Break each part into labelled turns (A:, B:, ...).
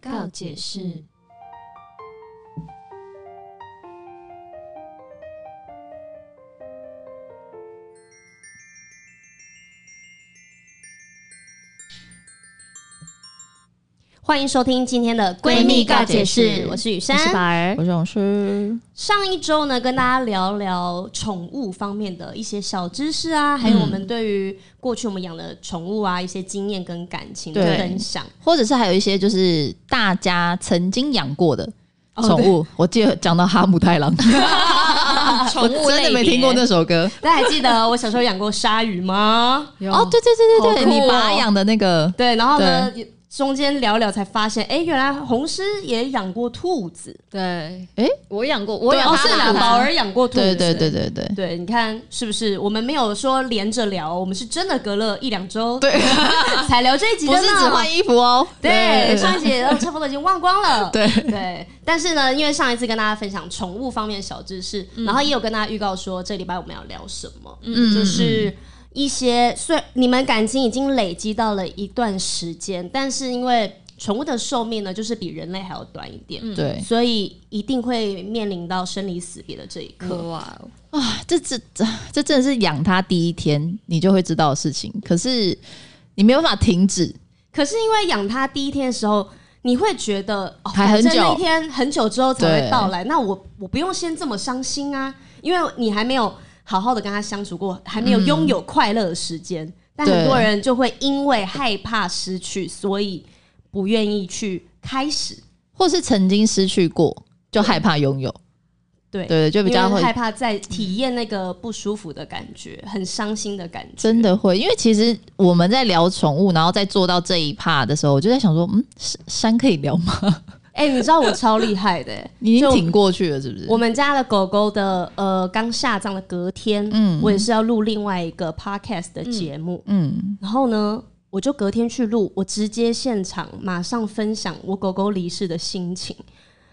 A: 告解释。欢迎收听今天的
B: 闺蜜告解释
A: 我是雨
B: 我
A: 珊，
B: 是宝儿，
C: 我总是
A: 上一周呢，跟大家聊聊宠物方面的一些小知识
B: 嗯
A: 啊，还有我们对于过去我们养的宠物啊一些经验跟感情的
C: 对
A: 分 享。
C: 或者是还有一些就是大家曾经养过的
A: 哦
C: 宠物，我记得讲到哈姆太郎，
B: 宠物
C: 真的没听过那首歌。
A: 大家还记得我小时候养过鲨鱼 吗？
C: 哦，对对
B: 好
C: 对对对，
B: 酷
C: 你
B: 哦
C: 把它养的那个，
A: 对，然后呢，中间聊聊才发现，哎、原来红狮也养过兔子，
B: 对，
C: 诶
B: 我养过，我养
A: 哦是
B: 它
A: 啦，
B: 啦
A: 宝儿养过兔子，
C: 对对对对对，
A: 对，你看是不是？我们没有说连着聊，我们是真的隔了一两周
C: 对
A: 才聊这一集的
C: 不
A: 呢，
C: 是只换衣服哦。
A: 对，上一集也差不多已经忘光 了。
C: 对
A: 对，但是呢，因为上一次跟大家分享宠物方面的小知识，
B: 嗯
A: 然后也有跟大家预告说这礼拜我们要聊什么，
C: 嗯
A: 就是一些虽你们感情已经累积到了一段时间，但是因为宠物的寿命呢，就是比人类还要短一点。
B: 嗯
C: 对
A: 所以一定会面临到生离死别的这一刻，
B: 哇哦，
C: 啊，这这这这真的是养它第一天你就会知道的事情，可是你没有办法停止，
A: 可是因为养它第一天的时候，你会觉得哦，
C: 还很
A: 反正那
C: 久
A: 天很久之后才会
C: 对
A: 到来。那我我不用先这么伤心啊，因为你还没有好好的跟他相处过，还没有拥有快乐的时间。但很多人就会因为害怕失去，所以不愿意去开始。
C: 或是曾经失去过就害怕拥有，
A: 对，
C: 对，就比较
A: 因为
C: 会
A: 害怕再体验那个不舒服的感觉，很伤心的感觉。
C: 真的会，因为其实我们在聊宠物，然后再做到这一趴的时候，我就在想说，嗯，山山可以聊吗？，
A: 哎、你知道我超厉害的、欸
C: 你已经
A: 就
C: 挺过去了，是不是？
A: 我们家的狗狗的呃刚下葬的隔天，
C: 嗯
A: 我也是要录另外一个 podcast 的节目，
C: 嗯，
A: 然后呢，我就隔天去录，我直接现场马上分享我狗狗离世的心情，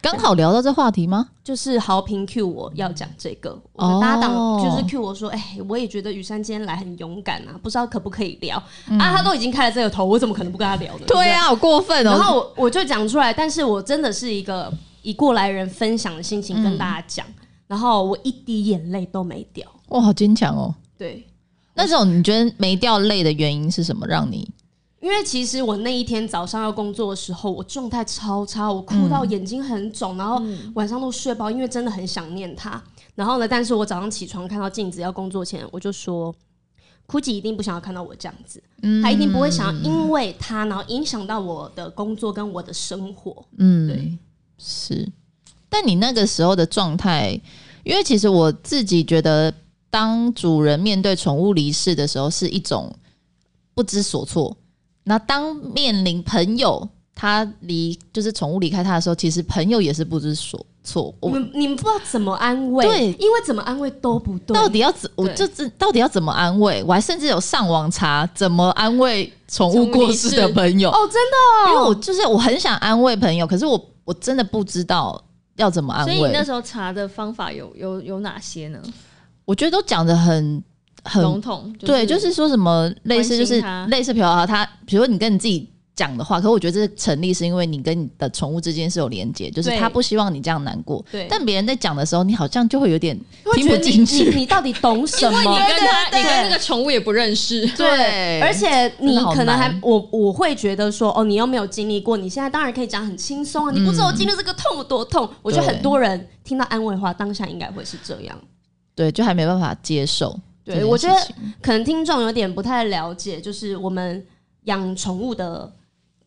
C: 刚好聊到这话题吗？
A: 就是豪平 Q 我要讲这个，我的
C: 哦
A: 搭档就是 Q 我说，哎、我也觉得雨珊今天来很勇敢啊，不知道可不可以聊、啊？他都已经开了这个头，我怎么可能不跟他聊呢？
C: 嗯对啊，好过分
A: 然
C: 哦！
A: 后我我就讲出来，但是我真的是一个以过来人分享的心情跟大家讲，然后我一滴眼泪都没掉。
C: 哇，好坚强哦。
A: 对，
C: 那种你觉得没掉泪的原因是什么？让你
A: 因为其实我那一天早上要工作的时候，我状态超差，我哭到眼睛很肿，然后晚上都睡不好，因为真的很想念他。然后呢，但是我早上起床看到镜子要工作前，我就说。哭泣一定不想要看到我这样子，他一定不会想要因为他然后影响到我的工作跟我的生活。
C: 嗯，
A: 对，
C: 是。但你那个时候的状态，因为其实我自己觉得，当主人面对宠物离世的时候，是一种不知所措。那当面临朋友他离，就是宠物离开他的时候，其实朋友也是不知所措。
A: 你
C: 我
A: 们你们不知道怎么安慰，
C: 对
A: 因为怎么安慰都不对。
C: 到底要怎？我
B: 对
C: 就这到底要怎么安慰？我还甚至有上网查怎么安慰宠物
B: 宠物
C: 过
B: 离
C: 世
B: 世
C: 的朋友，
A: 哦，真的
C: 因为我就是我很想安慰朋友，可是我我真的不知道要怎么安
B: 所
C: 慰。
B: 以你那时候查的方法有有有哪些呢？
C: 我觉得都讲的很很、
B: 笼统，
C: 对，就是说什么类似就
B: 关心
C: 是
B: 他
C: 类似，比如说他，比如说你跟你自己讲的话，可我觉得这成立是因为你跟你的宠物之间是有连接，就是
A: 对
C: 他不希望你这样难过。
A: 对
C: 但别人在讲的时候，你好像就会有点
A: 会
C: 听
A: 觉
C: 不
A: 得你
C: 进
A: 你
C: 去。
A: 你到底懂什么？
B: 因为你跟它，
A: 对
B: 你跟那个宠物也不认识，
C: 对
A: 而且
C: 真
A: 你
C: 的好
A: 可能还
C: 难
A: 我我会觉得说哦，你又没有经历过，你现在当然可以讲很轻松啊，你不知道我经历这个痛有多痛。我觉得很多人听到安慰话，当下应该会是这样。
C: 对，就还没办法接受这件事情。
A: 对，我觉得可能听众有点不太了解，就是我们养宠物的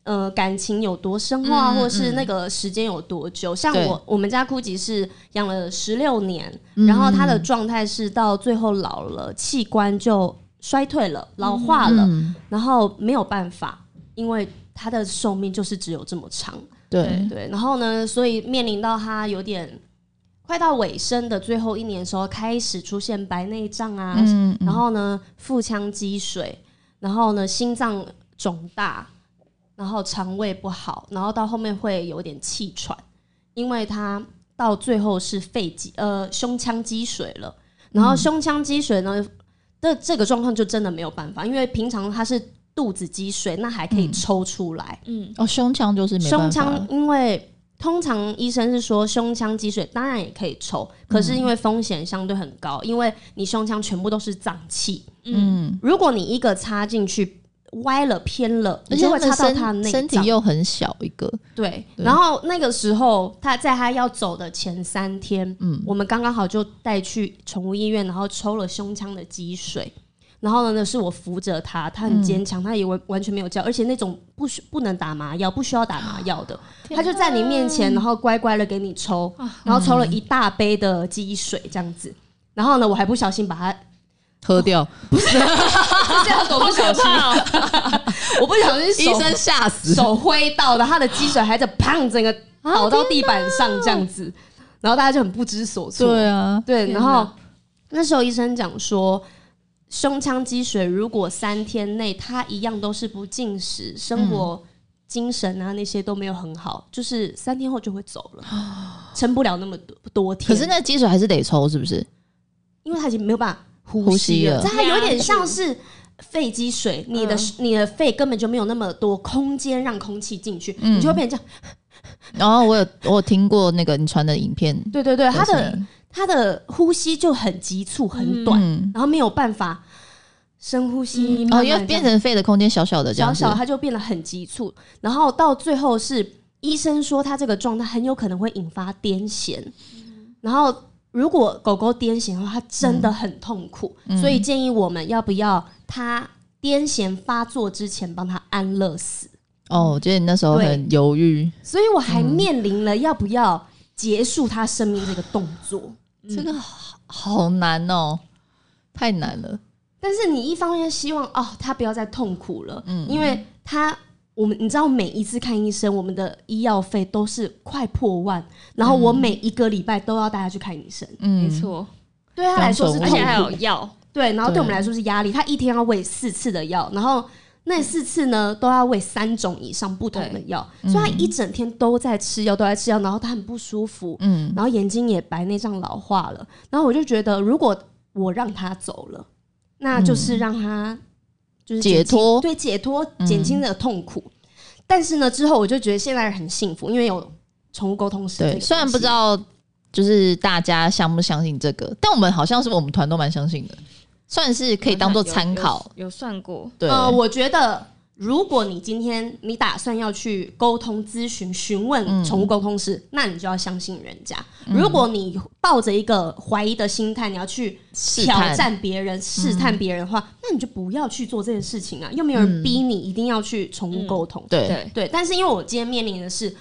A: 呃感情有多深厚啊，
C: 嗯
A: 或者是那个时间有多久。像
C: 对
A: 我我们家酷吉是养了十六年，
C: 嗯
A: 然后它的状态是到最后老了，器官就衰退了、老化了，
C: 嗯
A: 然后没有办法，因为它的寿命就是只有这么长。
C: 对
A: 对，然后呢，所以面临到它有点。快到尾声的最后一年的时候，开始出现白内障啊，
C: 嗯
A: 然后呢，腹腔积水，然后呢，心脏肿大，然后肠胃不好，然后到后面会有点气喘，因为他到最后是肺积呃胸腔积水了，
C: 嗯
A: 然后胸腔积水呢的这个状况就真的没有办法，因为平常他是肚子积水，那还可以抽出来。
B: 嗯，
C: 哦，胸腔就是没
A: 胸
C: 办法
A: 腔因为通常医生是说胸腔积水当然也可以抽，可
C: 嗯
A: 是因为风险相对很高，因为你胸腔全部都是脏器，
C: 嗯，
A: 如果你一个插进去歪了偏了，
C: 而
A: 你
C: 且
A: 就
C: 他
A: 会
C: 们
A: 插到他的
C: 身
A: 内
C: 身体
A: 脏。
C: 又很小一个，
A: 对，
C: 对
A: 然后那个时候他在他要走的前三天，
C: 嗯
A: 我们刚刚好就带去宠物医院，然后抽了胸腔的积水。然后呢，那是我扶着他，他很坚
C: 嗯
A: 强，他也完完全没有叫，而且那种不需不能打麻药，不需要打麻药的，他就在你面前，然后乖乖的给你抽，
C: 啊
A: 然后抽了一大杯的积水这样子。然后呢，我还不小心把它
C: 喝掉，
A: 这样狗不
B: 哦
A: 小心，我不小心手
C: 吓死
A: 手挥到的，他的积水还在砰，整个倒到地板上这样子，然后大家就很不知所措。
C: 对啊，
A: 对，
B: 天
A: 然后
B: 哪
A: 那时候医生讲说，胸腔积水如果三天内他一样都是不进食，生活、精神啊那些都没有很好，就是三天后就会走了，撑不了那么多多天。
C: 可是那积水还是得抽，是不是？
A: 因为他已经没有办法
C: 呼
A: 呼
C: 吸
A: 吸
C: 了
A: 了，这还有点
B: 压住
A: 像是肺积水，你的、你的肺根本就没有那么多空间让空气进去，你就会变成这样。
C: 然后我有我有听过那个你传的影片，
A: 对对对，他
C: 声
A: 的
C: 音
A: 他的呼吸就很急促、很短，
C: 嗯，
A: 然后没有办法深呼
B: 嗯
A: 吸，慢慢
C: 哦，因
A: 这
C: 为
A: 样
C: 变成肺的空间小小的这样
A: 嗯小
C: 子，
A: 小，他就变得很急促，然后到最后是医生说他这个状态很有可能会引发癫痫，然后如果狗狗癫痫的话，它真的很痛苦，所以建议我们要不要它癫痫发作之前帮它安乐死。
C: 哦，我觉得你那时候很犹豫，
A: 所以我还面临了要不要结束它生命这个动作，
C: 这个好好难哦，太难了，
A: 但是你一方面希望哦它不要再痛苦了，因为它。我们你知道，每一次看医生，我们的医药费都是快破万，然后我每一个礼拜都要带他去看医生，
C: 嗯，
B: 没，错，
A: 对他来说是
C: 两
A: 痛
B: 而
C: 手
A: 苦
B: 且还有药，
A: 对，然后
C: 对
A: 对我们来说是压力，他一天要喂四次的药，然后那四次呢都要喂三种以上不同的药，所以他一整天都在吃药，都在吃药，然后他很不舒服，
C: 嗯，
A: 然后眼睛也白内障老化了，然后我就觉得如果我让他走了，那就是让他就是
C: 嗯解
A: 减轻
C: 脱嗯
A: 对解脱减轻的痛苦。但是呢，之后我就觉得现在很幸福，因为有宠物沟通师这个
C: 对，
A: 东西。
C: 虽然不知道就是大家相不相信这个，但我们好像是我们团都蛮相信的，算是可以当做参考，
B: 有，有有算过，
C: 对，
A: 呃，我觉得如果你今天你打算要去沟通咨询、询
C: 嗯
A: 问宠物沟通师，那你就要相信人家。如果你抱着一个怀疑的心态，你要去
C: 试
A: 挑
C: 探，嗯
A: 战别人、试探别人的话，那你就不要去做这件事情啊！又没有人逼你一定要去宠物沟通。
C: 嗯对，
B: 对，
A: 对，但是因为我今天面临的是，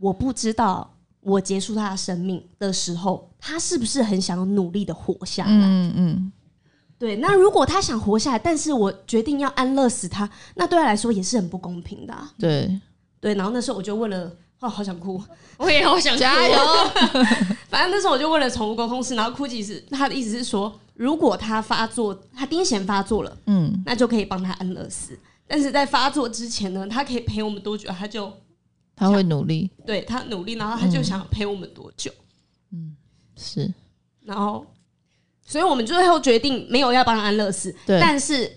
A: 我不知道我结束他的生命的时候，他是不是很想要努力的活下来。
C: 嗯嗯，
A: 对，那如果他想活下来，但是我决定要安乐死他，那对他来说也是很不公平的啊、
C: 对，
A: 对，然后那时候我就问了，哦，好想哭。
B: 我也好想哭哦
C: 加油，
A: 反正那时候我就问了宠物沟通师，然后哭泣是他的意思是说，如果他发作，他癫痫发作了，
C: 嗯，
A: 那就可以帮他安乐死。但是在发作之前呢，他可以陪我们多久，他就
C: 他会努力，
A: 对他努力，然后他就想陪我们多久，
C: 是，
A: 然后，所以我们最后决定没有要帮他安乐死，
C: 对
A: 但是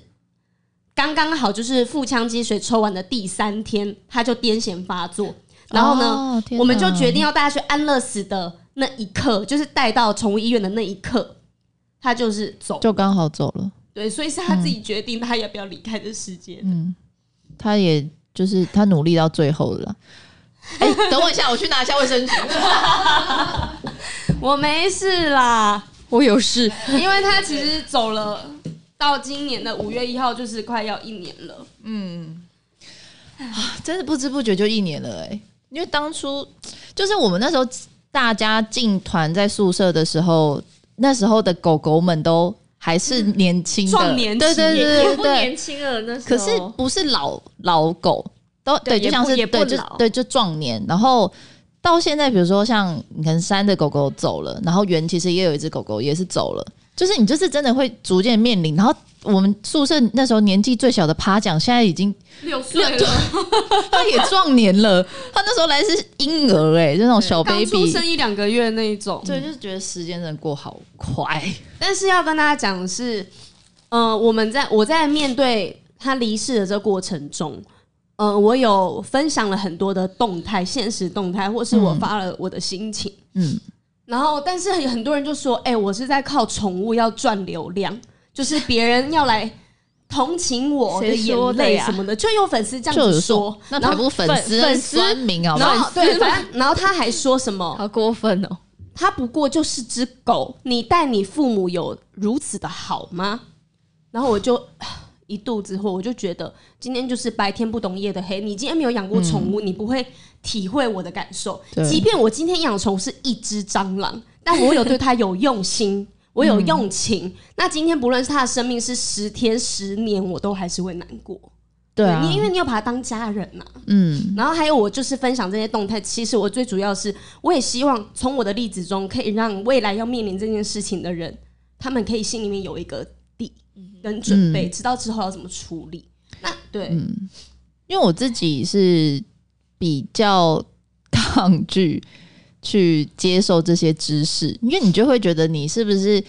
A: 刚刚好就是腹腔积水抽完的第三天，他就癫痫发作，然后呢，
C: 哦
A: 我们就决，
C: 天
A: 定要带他去安乐死的那一刻，就是带到宠物医院的那一刻，他就是走
C: 哪。就刚好走了，
A: 对，所以是他自己决定他要不要离开这世界。
C: 他也就是他努力到最后 了啦。哎、等我一下，我去拿一下卫生纸。
A: 我没事啦，
B: 我有事，
A: 因为他其实走了，到今年的五月一号就是快要一年了。
C: 真是不知不觉就一年了哎、因为当初就是我们那时候大家进团在宿舍的时候，那时候的狗狗们都还是年轻的，
A: 嗯壮年期
C: 对对对
B: 也
C: 对
B: 也不
C: 对，
B: 年轻了那时
C: 可
B: 候，
C: 是不是老老狗，都对，
B: 对
C: 就像是
B: 也不
C: 对
B: 也不
C: 就
B: 老
C: 对就壮年，然后。到现在，比如说像你可能山的狗狗走了，然后园其实也有一只狗狗也是走了，就是你就是真的会逐渐面临。然后我们宿舍那时候年纪最小的趴奖，现在已经
A: 六岁了，
C: 他也壮年了，他那时候来是婴儿哎、就那种小
A: 刚出
C: baby，嗯
A: 生一两个月那一种。
C: 对，就是觉得时间真的过好快，
A: 但是要跟大家讲的是，呃，我们在我在面对他离世的这过程中，呃，我有分享了很多的动态、现实动态，或是我发了我的心情。
C: 嗯，
A: 然后，但是有很多人就说：“哎、我是在靠宠物要赚流量，就是别人要来同情我的
B: 谁
A: 眼
B: 说的
A: 泪
B: 呀
A: 什么的。”就有粉丝这
C: 就
A: 样
C: 有
A: 子
C: 说
A: 说，，
C: 那
A: 然
C: 才
A: 后
C: 不粉丝
B: 粉
C: 那是
B: 丝
C: 酸民好不
A: 然
C: 好？
A: 后 对，反正然后他还说什么？
B: 好过分哦！
A: 它不过就是只狗，你待你父母有如此的好吗？然后我就 一肚子火，我就觉得今天就是白天不懂夜的黑。你今天没有养过宠物，你不会体会我的感受
C: 嗯对。
A: 即便我今天养宠物是一只蟑螂，但我有对它有 用心，我有用情。
C: 嗯
A: 那今天不论是它的生命是十天十年，我都还是会难过。
C: 对啊，
A: 你因为你要把它当家人啊呐、
C: 嗯，
A: 然后还有我就是分享这些动态，其实我最主要是，我也希望从我的例子中，可以让未来要面临这件事情的人，他们可以心里面有一个底跟准备，知道之后要怎么处理。那对，
C: 因为我自己是比较抗拒去接受这些知识，因为你就会觉得你是不是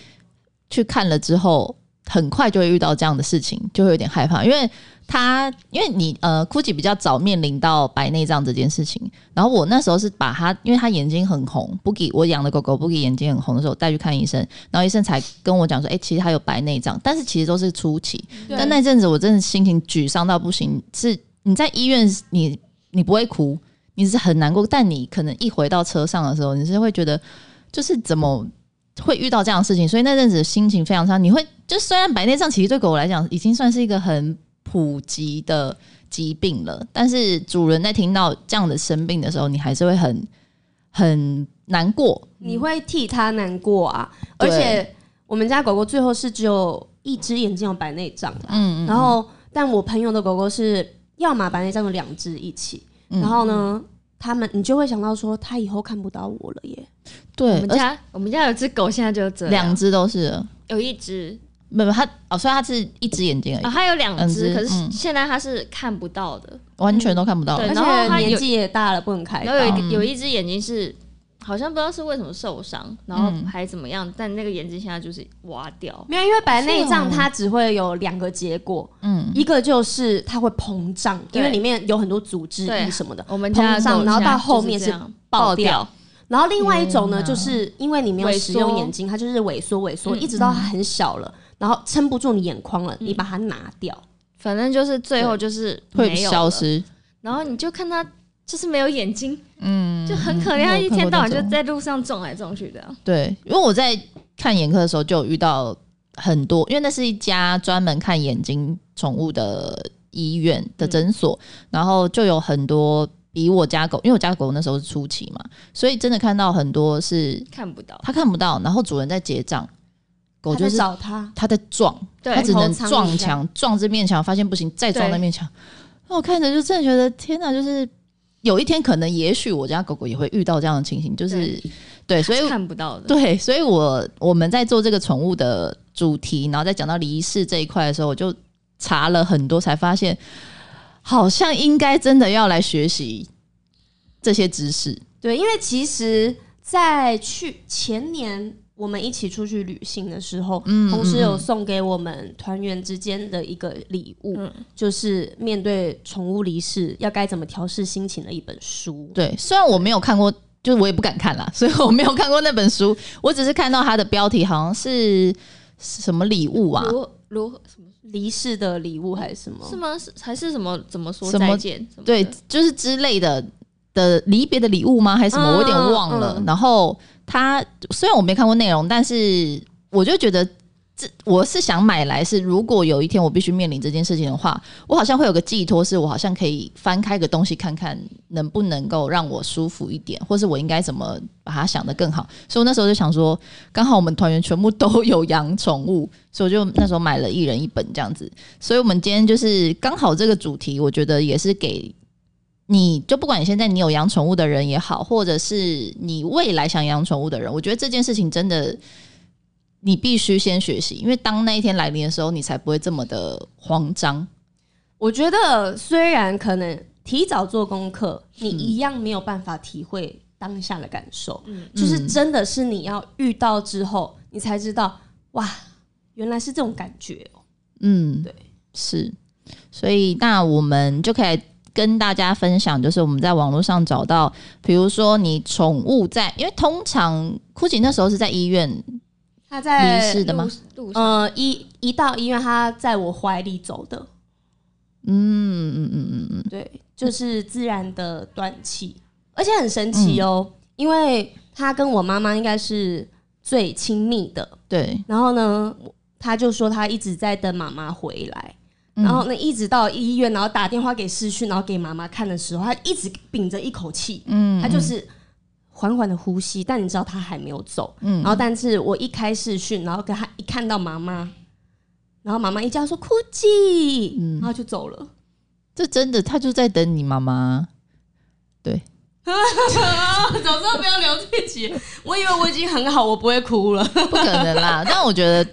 C: 去看了之后，很快就会遇到这样的事情，就会有点害怕，因为。他因为你呃，Gucci 比较早面临到白内障这件事情，然后我那时候是把他，因为他眼睛很红，不给我养的狗狗不给眼睛很红的时候，我带去看医生，然后医生才跟我讲说，哎、其实他有白内障，但是其实都是初期，
A: 对
C: 但那阵子我真的心情沮丧到不行，是你在医院你你不会哭，你是很难过，但你可能一回到车上的时候，你是会觉得就是怎么会遇到这样的事情，所以那阵子心情非常差。你会就虽然白内障其实对狗来讲已经算是一个很普及的疾病了，但是主人在听到这样的生病的时候，你还是会很很难过。
A: 你会替他难过啊。
C: 对
A: 而且我们家狗狗最后是只有一只眼睛有白内障的，
C: 嗯
A: 然后但我朋友的狗狗是要么白内障有两只一起，然后呢，他们你就会想到说，它以后看不到我了耶。
B: 我
C: 对，
B: 们
C: 而且
B: 家我们家有只狗，现在就这
C: 呃
B: 样
C: 两，只都是了，
B: 有一只
C: 没有它哦，所以它是一只眼睛而已，
B: 啊，它有两只，
C: 两只
B: 可是
C: 嗯
B: 现在它是看不到的。
C: 完全都看不到了
B: 对
A: 而
B: 然后
A: 且
B: 它有
A: 年纪也大了，不能开刀。
B: 然后有一个有一只眼睛是好像不知道是为什么受伤，然后还怎么样，但那个眼睛现在就是挖掉。
A: 没有，因为白内
C: 是
A: 障
C: 哦
A: 它只会有两个结果，
C: 嗯，
A: 一个就是它会膨胀，
B: 对
A: 因为里面有很多组织
B: 对
A: 液什么的，
B: 我们
A: 膨
B: 家的狗
A: 胀，然后
B: 现在
A: 到后
B: 就
A: 面
B: 这
A: 是
B: 样
A: 爆掉。，然后另外一种呢，
C: 天哪
A: 就是因为你没有
B: 萎缩
A: 使用眼睛，它就是萎缩萎缩，
B: 嗯
A: 一直到它很小了，
C: 嗯
A: 然后撑不住你眼眶了，你把它拿掉。
B: 反正就是最后就是
C: 会
B: 没有
C: 消
B: 了。
C: 失。
B: 然后你就看它就是没有眼睛，
C: 嗯，
B: 就很可怜，它
C: 嗯
B: 一天到晚
C: 我
B: 就
C: 看过那种
B: 在路上撞来撞去的啊。
C: 对，因为我在看眼科的时候就有遇到很多，因为那是一家专门看眼睛宠物的医院
B: 嗯
C: 的诊所，然后就有很多比我家狗，因为我家狗那时候是初期嘛，所以真的看到很多是
B: 看不到，
C: 它看不到，然后主人在结账，狗
A: 我
C: 就是
A: 找它，
C: 它在撞，
B: 对
C: 它只能撞
A: 头苍蝇这样
C: 墙，撞这面墙，发现不行，再撞那面墙。那我看着就真的觉得，天哪！就是有一天可能，也许我家狗狗也会遇到这样的情形，就是对，所以
B: 它是看不到的。
C: 对，所以我我们在做这个宠物的主题，然后再讲到离世这一块的时候，我就查了很多，才发现好像应该真的要来学习这些知识。
A: 对，因为其实，在去前年我们一起出去旅行的时候，同时有送给我们团员之间的一个礼物，就是面对宠物离世要该怎么调试心情的一本书。
C: 对，虽然我没有看过，就是我也不敢看啦，所以我没有看过那本书，我只是看到它的标题，好像是什么礼物啊？
B: 如如何什么
A: 离世的礼物还是什么？
B: 是吗？是还是什么怎么说
C: 什么
B: 再见？什么的
C: 对，就是之类的的离别的礼物吗？还是什么？
B: 嗯
C: 我有点忘了。然后他虽然我没看过内容，但是我就觉得这我是想买来是，如果有一天我必须面临这件事情的话，我好像会有个寄托，是我好像可以翻开个东西看看能不能够让我舒服一点，或是我应该怎么把它想得更好。所以我那时候就想说，刚好我们团员全部都有养宠物，所以我就那时候买了一人一本这样子。所以我们今天就是刚好这个主题，我觉得也是给你就不管你现在你有养宠物的人也好，或者是你未来想养宠物的人，我觉得这件事情真的你必须先学习，因为当那一天来临的时候，你才不会这么的慌张。
A: 我觉得虽然可能提早做功课，你一样没有办法体会当下的感受，就是真的是你要遇到之后，你才知道哇，原来是这种感觉哦、
C: 嗯，
A: 对，
C: 是。所以那我们就可以跟大家分享，就是我们在网络上找到，比如说你宠物在，因为通常枯井那时候是在医院，
A: 他
C: 离
A: 在
C: 世的吗哦
B: 路路上
A: 呃，一一到医院，他在我怀里走的，
C: 嗯嗯嗯嗯嗯，
A: 对，就是自然的断气，而且很神奇哦，因为他跟我妈妈应该是最亲密的。
C: 对，
A: 然后呢，他就说他一直在等妈妈回来，
C: 嗯
A: 然后呢，一直到医院，然后打电话给视讯，然后给妈妈看的时候，他一直屏着一口气，
C: 嗯，
A: 他就是缓缓的呼吸，但你知道他还没有走。
C: 嗯
A: 然后，但是我一开视讯，然后跟他一看到妈妈，然后妈妈一叫说哭泣，
C: 嗯
A: 然后就走了。
C: 这真的，他就在等你妈妈。
A: 早知道不要聊这集，我以为我已经很好，我不会哭了。
C: 不可能啦。 但我觉得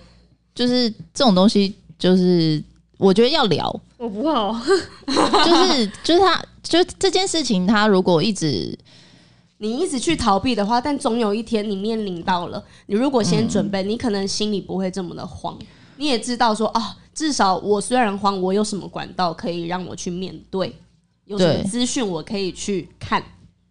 C: 就是这种东西，就是我觉得要聊，
B: 我不好，
C: 就是就是他就是这件事情，他如果一直
A: 你一直去逃避的话，但总有一天你面临到了。你如果先准
C: 嗯
A: 备，你可能心里不会这么的慌。你也知道说啊，至少我虽然慌，我有什么管道可以让我去面对，有什么
C: 对
A: 资讯我可以去看。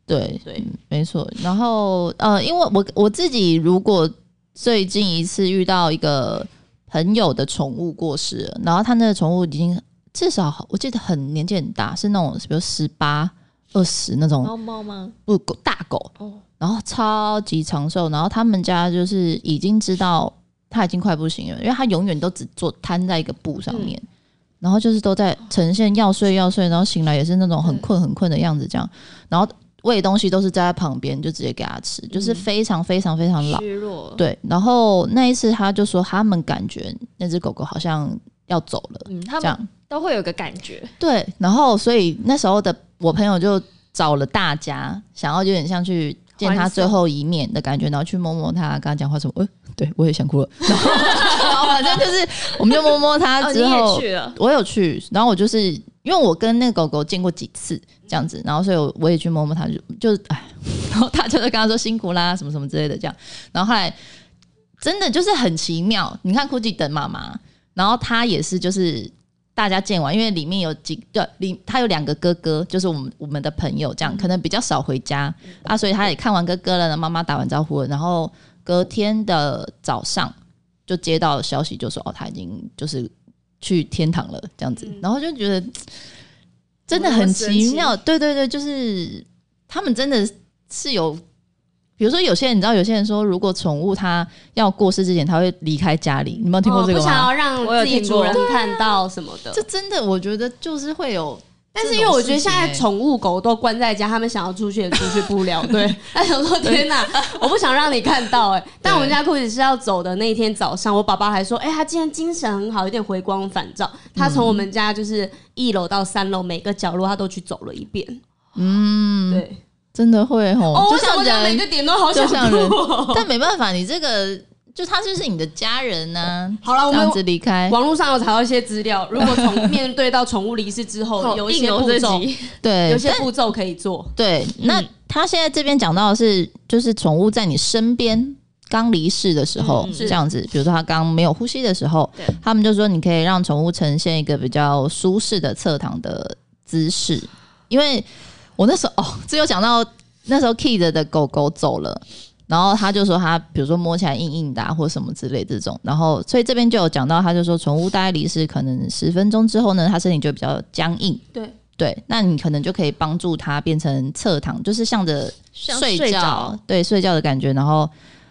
C: 对
A: 对
C: 嗯没错。然后呃，因为我我自己如果最近一次遇到一个朋友的宠物过世了，然后他那个宠物已经至少我记得很年纪很大，是那种比如十八二十那种
B: 猫猫吗？
C: 不狗大狗，
B: 哦，
C: 然后超级长寿，然后他们家就是已经知道他已经快不行了，因为他永远都只坐瘫在一个布上面，
B: 嗯
C: 然后就是都在呈现要睡要睡，然后醒来也是那种很困很困的样子这样，然后喂东西都是在他旁边就直接给他吃，
B: 嗯
C: 就是非常非常非常老。
B: 虚弱，，
C: 对，然后那一次他就说他们感觉那只狗狗好像要走了，
B: 嗯，他
C: 这
B: 们
C: 样
B: 都会有个感觉，
C: 对，然后所以那时候的我朋友就找了大家，想要有点像去见他最后一面的感觉，然后去摸摸他，跟他讲话什么。呃、对我也想哭了，然后然后反正就是我们就摸摸他
B: 哦，你
C: 之后，
B: 也去了，
C: 我有去，然后我就是因为我跟那个狗狗见过几次这样子，然后所以我我也去摸摸它，就就哎， 然后他就是跟他说辛苦啦什么什么之类的这样，然后后来真的就是很奇妙，你看酷 i 等妈妈，然后他也是就是。大家见完，因为里面有几对里，他有两个哥哥，就是我们我们的朋友，这样可能比较少回家啊，所以他也看完哥哥了，然后妈妈打完招呼了，然后隔天的早上就接到消息，就说哦，他已经就是去天堂了，这样子，然后就觉得真的很奇妙，对对对，就是他们真的是有，比如说有些人，你知道，有些人说，如果宠物它要过世之前，它会离开家里，你没有听过
A: 哦
C: 这个
A: 不想
C: 吗？
A: 要让
B: 我有
A: 自己
B: 听
A: 主
B: 过
A: 人看到什么的
C: 这。真的，我觉得就是会有啊这
A: 但
C: 种事情欸，
A: 是因为我觉得现在宠物狗都关在家，他们想要出去也出去 不了。对，他想说天哪，我不想让你看到哎、但我们家库里是要走的那一天早上，我爸爸还说，哎、他今天精神很好，有点回光返照。
C: 嗯
A: 他从我们家就是一楼到三楼每个角落他都去走了一遍。嗯，对。
C: 真的会吼，
A: 哦，
C: 就
A: 为什么
C: 像
A: 讲每
C: 人
A: 个，点都好想
C: 就像人
A: 哭哦、
C: 但没办法，你这个就它就是你的家人呐、
A: 好哦了，我
C: 这样
A: 们
C: 子离开，
A: 网络上有查到一些资料，如果 从面对到宠物离世之后，
B: 好
A: 有一
B: 硬
A: 些
B: 哦
A: 步
B: 这
A: 骤，
B: 集
C: 对，
A: 有些步骤可以做。
C: 对，那
B: 嗯
C: 他现在这边讲到的是，就是宠物在你身边刚离世的时候，
B: 嗯
A: 是
C: 这样子，比如说它刚没有呼吸的时候
B: 对，
C: 他们就说你可以让宠物呈现一个比较舒适的侧躺的姿势，因为我那时候哦，这又讲到那时候 Kid 的狗狗走了。然后他就说他，比如说摸起来硬硬的、啊、或什么之类这种，然后所以这边就有讲到，他就说宠物大概离世可能十分钟之后呢，它身体就比较僵硬，
A: 对，
C: 对，那你可能就可以帮助它变成侧躺，就是向着
B: 像
C: 睡
B: 睡
C: 觉，
B: 着
C: 对睡觉的感觉，然后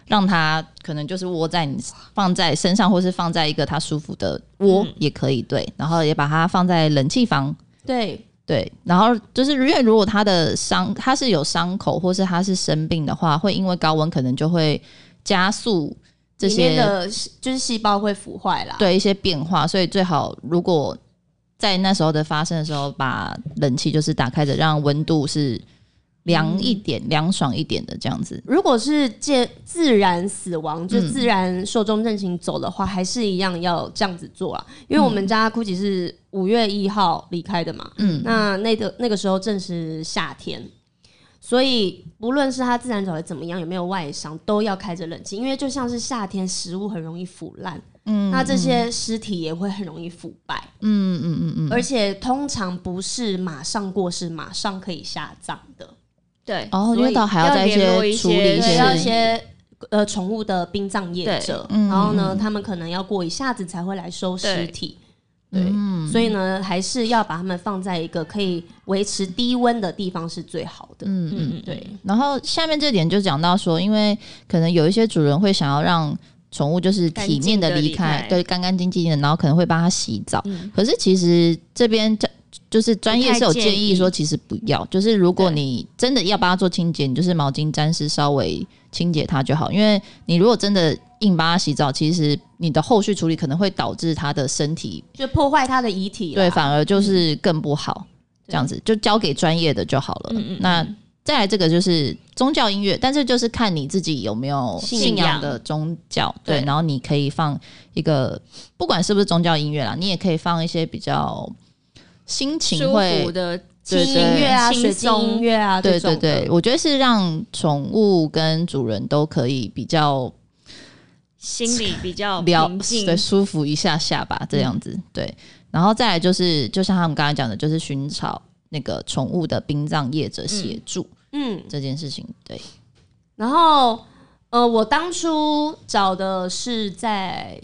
C: 让它可能就是窝在你放在身上，或是放在一个它舒服的窝
B: 嗯
C: 也可以，对，然后也把它放在冷气房，
A: 对，
C: 对，然后就是因为如果它的伤它是有伤口，或是它是生病的话，会因为高温可能就会加速这
A: 里面
C: 些
A: 的就是细胞会腐坏啦。
C: 对一些变化，所以最好如果在那时候的发生的时候，把冷气就是打开着，让温度是凉一点、凉爽一点的这样子。
A: 如果是借自然死亡，就自然寿终正寝走的话，还是一样要这样子做啊。因为我们家估计是五月一号离开的嘛，
C: 嗯，
A: 那那个那个时候正是夏天，所以不论是它自然走的怎么样，有没有外伤，都要开着冷气，因为就像是夏天，食物很容易腐烂，
C: 嗯
A: 那这些尸体也会很容易腐败，
C: 嗯嗯嗯嗯，
A: 而且通常不是马上过世、马上可以下葬的，
B: 对，
C: 哦，因
A: 所
C: 为
A: 以
C: 到还
B: 要
C: 再
B: 联络
C: 些
B: 一
C: 处
B: 些
C: 理
B: 对
A: 对，要
C: 事
A: 一
C: 情
A: 些呃宠物的殡葬业者，
C: 对嗯
A: 然后呢，他们可能要过一下子才会来收尸体，对，
C: 嗯
A: 所以呢，还是要把它们放在一个可以维持低温的地方是最好的。
C: 嗯嗯。
B: 嗯，
A: 对，
C: 然后下面这点就讲到说，因为可能有一些主人会想要让宠物就是体面地离
B: 干净地离
C: 开，
B: 开
C: 对，干干净净的，然后可能会帮它洗澡。
B: 嗯
C: 可是其实这边这就是专业是有建议说，
B: 不
C: 其实不要，就是如果
B: 对
C: 你真的要帮它做清洁，你就是毛巾沾湿稍微清洁它就好，因为你如果真的硬帮它洗澡，其实你的后续处理可能会导致它的身体
A: 就破坏它的遗体啊啦
C: 对，啊反而就是更不好。这样子就交给专业的就好了。
B: 嗯嗯
C: 那再来这个就是宗教音乐，但是就是看你自己有没有
B: 信
C: 信仰
B: 仰
C: 的宗教，对，
B: 对
C: 然后你可以放一个，不管是不是宗教音乐啦，你也可以放一些比较心情
B: 舒
C: 会
B: 服的
A: 轻
C: 对
A: 音
C: 对
A: 乐啊、
B: 轻
A: 水晶
B: 松
A: 音乐啊，
C: 对对
A: 这种的
C: 对，我觉得是让宠物跟主人都可以比较
B: 心里比 较
C: 聊
B: 哦平静
C: 对，舒服一下下吧，这样子、对。然后再来就是，就像他们刚才讲的，就是寻找那个宠物的殡葬业者协助、
A: 嗯。
C: 这件事情。对，
A: 然后呃，我当初找的是在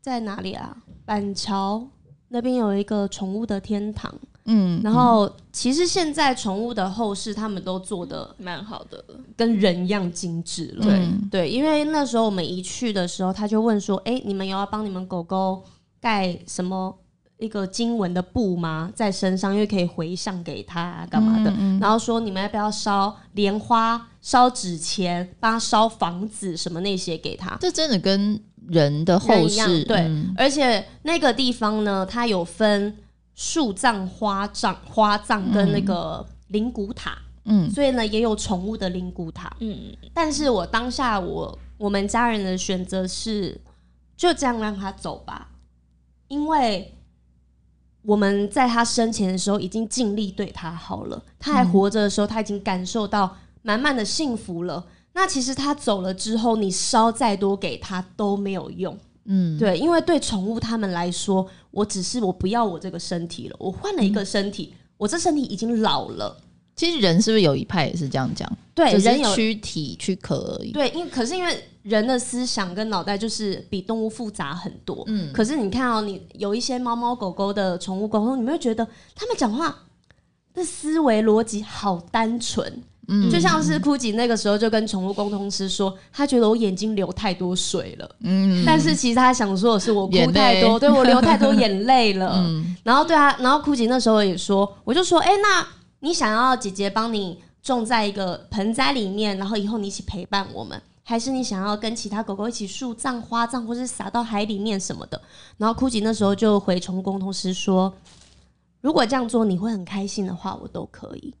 A: 在哪里啊？板桥那边有一个宠物的天堂。
C: 嗯
A: 然后其实现在宠物的后事他们都做的
B: 蛮好的，
A: 跟人一样精致了。
B: 对
C: 嗯
A: 对，因为那时候我们一去的时候，他就问说：“哎，你们有要帮你们狗狗盖什么一个经文的布吗？在身上，因为可以回向给它啊干嘛的？”然后说：“你们要不要烧莲花、烧纸钱、帮它烧房子什么那些给它？”
C: 这真的跟人的
A: 人
C: 后
A: 一样
C: 世
A: 对
C: 嗯
A: 而且那个地方呢，它有分树葬、花葬、花葬跟那个灵骨塔，
C: 嗯
A: 所以呢也有宠物的灵骨塔。
B: 嗯，
A: 但是我当下我我们家人的选择是就这样让他走吧，因为我们在他生前的时候已经尽力对他好了，他
C: 嗯
A: 还活着的时候他已经感受到满满的幸福了。那其实他走了之后，你烧再多给他都没有用。
C: 嗯，
A: 对，因为对宠物它们来说，我只是我不要我这个身体了，我换了一
C: 嗯
A: 个身体，我这身体已经老了。
C: 其实人是不是有一派也是这样讲？
A: 对，
C: 只
A: 人有
C: 是躯体躯壳而已。
A: 对，因为可是因为人的思想跟脑袋就是比动物复杂很多。
C: 嗯
A: 可是你看哦，你有一些猫猫狗狗的宠物沟通，你会觉得它们讲话的思维逻辑好单纯，
C: 嗯
A: 就像是 Gucci 那个时候就跟宠物沟通师说，他觉得我眼睛流太多水了，
C: 嗯
A: 但是其实他想说的是我
C: 眼
A: 哭
C: 泪嗯
A: 太多，对我流 太多眼泪了。然后对啊，然后 Gucci 那时候也说，我就说，哎、那你想要姐姐帮你种在一个盆栽里面，然后以后你一起陪伴我们，还是你想要跟其他狗狗一起树葬、花葬，或是撒到海里面什么的？然后 Gucci 那时候就回宠物沟通师说，如果这样做你会很开心的话，我都可以，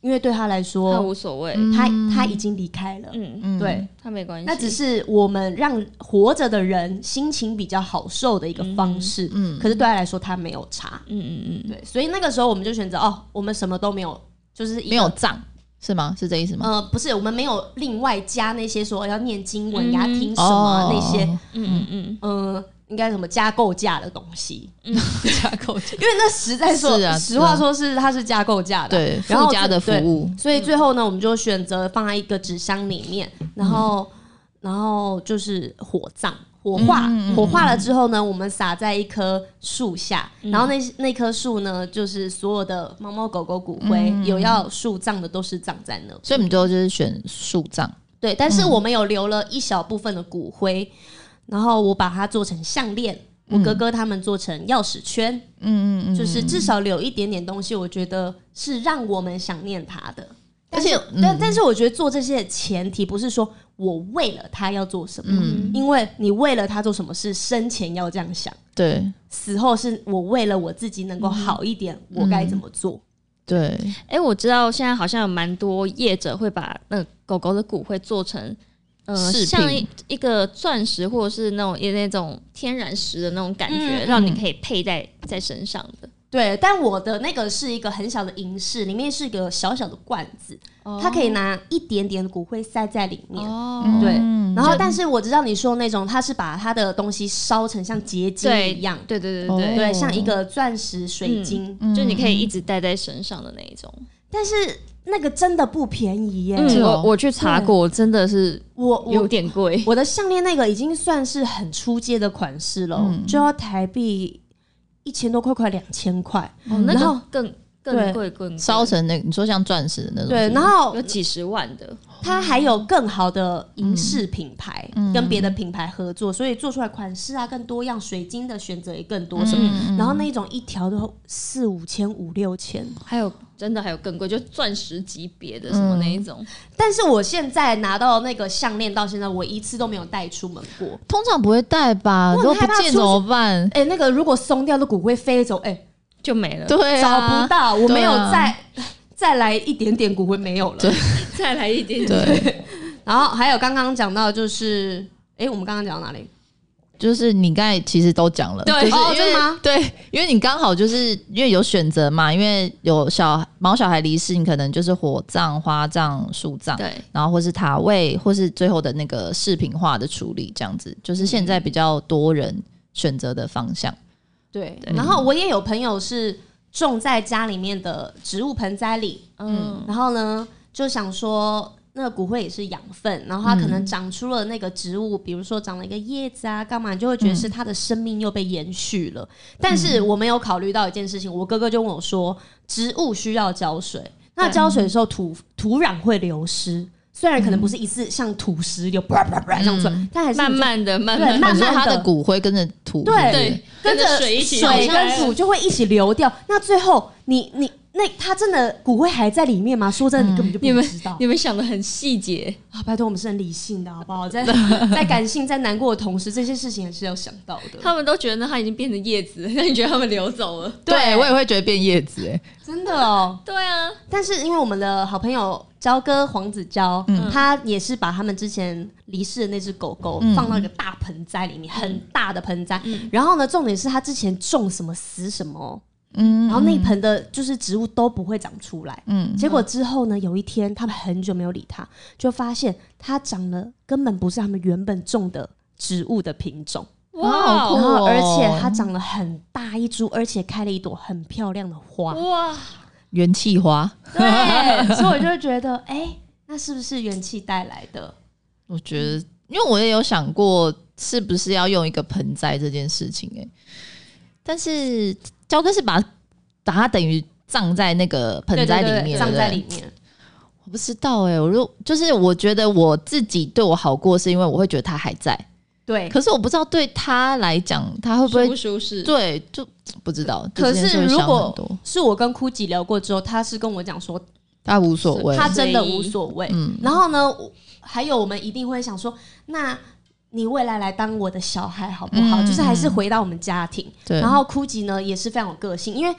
A: 因为对他来
B: 他
A: 说，
B: 无所谓，
A: 他他已经离开了，
B: 嗯，
C: 嗯
A: 对。
B: 他没关系，
A: 那只是我们让活着的人心情比较好受的一个方式，
C: 嗯
A: 可是对他来说他没有差，
B: 嗯嗯嗯，
A: 对，所以那个时候我们就选择哦，我们什么都没有，就是一个
C: 没有脏是吗？是这意思吗？
A: 呃，不是，我们没有另外加那些说要念经文、给他
B: 嗯
A: 听什么啊、
C: 哦
A: 那些，
B: 嗯嗯嗯，
A: 嗯、呃，应该什么加购价的东西，
C: 架构价
A: 因为那实在说，
C: 是啊
A: 实话说是它是加购价的，
C: 对
A: 然后
C: 附加的服
A: 对
C: 务，
A: 所以最后呢，我们就选择放在一个纸箱里面，
C: 嗯
A: 然后、然后就是火葬。火化，
C: 嗯
A: 火化了之后呢，我们撒在一棵树下，然后那那棵树呢，就是所有的猫猫狗狗骨灰，
C: 嗯
A: 有要树葬的都是葬在那。
C: 所以我们最后就是选树葬。
A: 对，但
C: 嗯
A: 是我们有留了一小部分的骨灰，然后我把它做成项链，我哥哥他们做成钥匙圈，
C: 嗯嗯嗯嗯，
A: 就是至少留一点点东西，我觉得是让我们想念他的。
C: 而且嗯
A: 但是但但是我觉得做这些的前提不是说我为了他要做
C: 嗯
A: 什么，因为你为了他做什么事，生前要这样想，
C: 对
A: 死后是我为了我自己能够好一点，我该
C: 嗯
A: 怎么做？
C: 对，
B: 哎、我知道现在好像有蛮多业者会把那个狗狗的骨灰做成。呃，
C: 饰品
B: 像一一个钻石或者是那种那种天然石的那种感觉，
A: 嗯
B: 让你可以佩戴在身上的。
A: 对，但我的那个是一个很小的银饰，里面是一个小小的罐子，它可以拿一点点的骨灰塞在里面。
B: 哦
C: 嗯
A: 对
C: 嗯
A: 然后，但是我知道你说的那种，它是把它的东西烧成像结晶
B: 对
A: 一样，
B: 对对对
C: 哦嗯
B: 对嗯
A: 对，像一个钻石水晶，
B: 对，就你可以一直戴在身上的那一种。
A: 但是那个真的不便宜耶。
C: 是
B: 嗯，
C: 哦
B: 我我去查过，真的是
A: 我
B: 有
A: 我
B: 点贵。
A: 我的项链那个已经算是很出街的款式了，
B: 嗯
A: 就要台币一千多块，快两千块。
B: 哦，那
A: 然
B: 个
A: 后
B: 更
A: 对
B: 更贵，更贵
C: 烧成那个你说像钻石的那种，
A: 对，然后
B: 有几十万的。
A: 它还有更好的银饰品牌，跟别的品牌合作，所以做出来款式啊更多样，水晶的选择也更多什么。
B: 嗯，
A: 然后那一种一条都四五千、五六千，
B: 还有真的还有更贵，就钻石级别的什么那一种。
A: 但是我现在拿到那个项链，到现在我一次都没有带出门过。
C: 通常不会戴吧？如
A: 我
C: 果不
A: 很害怕
C: 见
A: 出去
C: 怎么办？
A: 哎、那个如果松掉的骨灰飞走，哎、
B: 就没了，
C: 对
A: 找
C: 啊，
A: 不到，我没有
C: 对啊
A: 再、再来一点点骨灰没有了。
B: 再来一点点。
C: 对，
A: 然后还有刚刚讲到就是，哎、我们刚刚讲到哪里？
C: 就是你刚才其实都讲了，
A: 对
C: 就是
A: 哦
C: 因为
A: 真的吗
C: 对，因为你刚好就是因为有选择嘛，因为有小毛小孩离世，你可能就是火葬、花葬、树葬，
B: 对，
C: 然后或是塔位，或是最后的那个饰品化的处理，这样子，就是现在比较多人选择的方向。
A: 对，然后我也有朋友是种在家里面的植物盆栽里，
B: 嗯，
A: 然后呢就想说。那个骨灰也是养分，然后它可
B: 嗯
A: 能长出了那个植物，比如说长了一个叶子啊，干嘛，你就会觉得是它的生命又被延续了。
B: 嗯
A: 但是我没有考虑到一件事情，我哥哥就问我说，植物需要浇水，那
B: 对
A: 浇水的时候土土壤会流失，虽然可能不是
B: 嗯
A: 一次像土石流啪啪啪这样出来，但还是
B: 慢
A: 你就
B: 慢的，慢
A: 对
B: 慢
A: 慢
C: 哦你说
A: 慢
C: 它的
A: 地
C: 骨灰跟着土，
A: 对
C: 是不是
B: 对，跟着水一起
A: 水
B: 流下来
A: 跟土就会一起流掉。那最后你你那它真的骨灰还在里面吗？说真的，你根本就
B: 嗯你
A: 不
B: 们
A: 知道。
B: 你们想的很细节，
A: 啊，拜托，我们是很理性的，好不好？ 在在感性、在难过的同时，这些事情还是要想到的。
B: 他们都觉得它已经变成叶子，那你觉得他们流走了？
C: 对我也会觉得变叶子、哎，
A: 真的哦。
B: 对啊，
A: 但是因为我们的好朋友焦哥黄子佼，
B: 嗯
A: 他也是把他们之前离世的那只狗狗
B: 嗯
A: 放到一个大盆栽里面，很大的盆栽。然后呢，重点是他之前种什么死什么哦，
C: 嗯
A: 然后那一盆的就是植物都不会长出来。
C: 嗯，
A: 结果之后呢，有一天他们很久没有理它，就发现它长了根本不是他们原本种的植物的品种，
C: 哇好
A: 然
C: 酷
A: 后
C: 哦
A: 而且它长了很大一株，而且开了一朵很漂亮的花。
B: 哇，
C: 元气花，
A: 对， 所以我就觉得，哎、那是不是元气带来的？
C: 我觉得，因为我也有想过是不是要用一个盆栽这件事情、哎，但是焦哥是把把它等于葬在那个盆栽里面，对
A: 葬
C: 不
A: 在
C: 对
A: 里面。
C: 我不知道哎、我如就是我觉得我自己对我好过，是因为我会觉得他还在，
A: 对，
C: 可是我不知道对他来讲，他会不
B: 舒
C: 会
B: 不舒适？
C: 对就不知道。
A: 可
C: 就这件事
A: 是
C: 会
A: 如
C: 想
A: 果
C: 很多
A: 是我跟枯吉聊过之后，他是跟我讲说，
C: 他无所谓，
A: 他
B: 是
A: 真的
B: 随意
A: 无所谓。
C: 嗯
A: 然后呢，我还有我们一定会想说，那你未来来当我的小孩好不好？
C: 嗯
A: 就是还是回到我们家庭。
C: 对，
A: 然后枯吉呢也是非常有个性，因为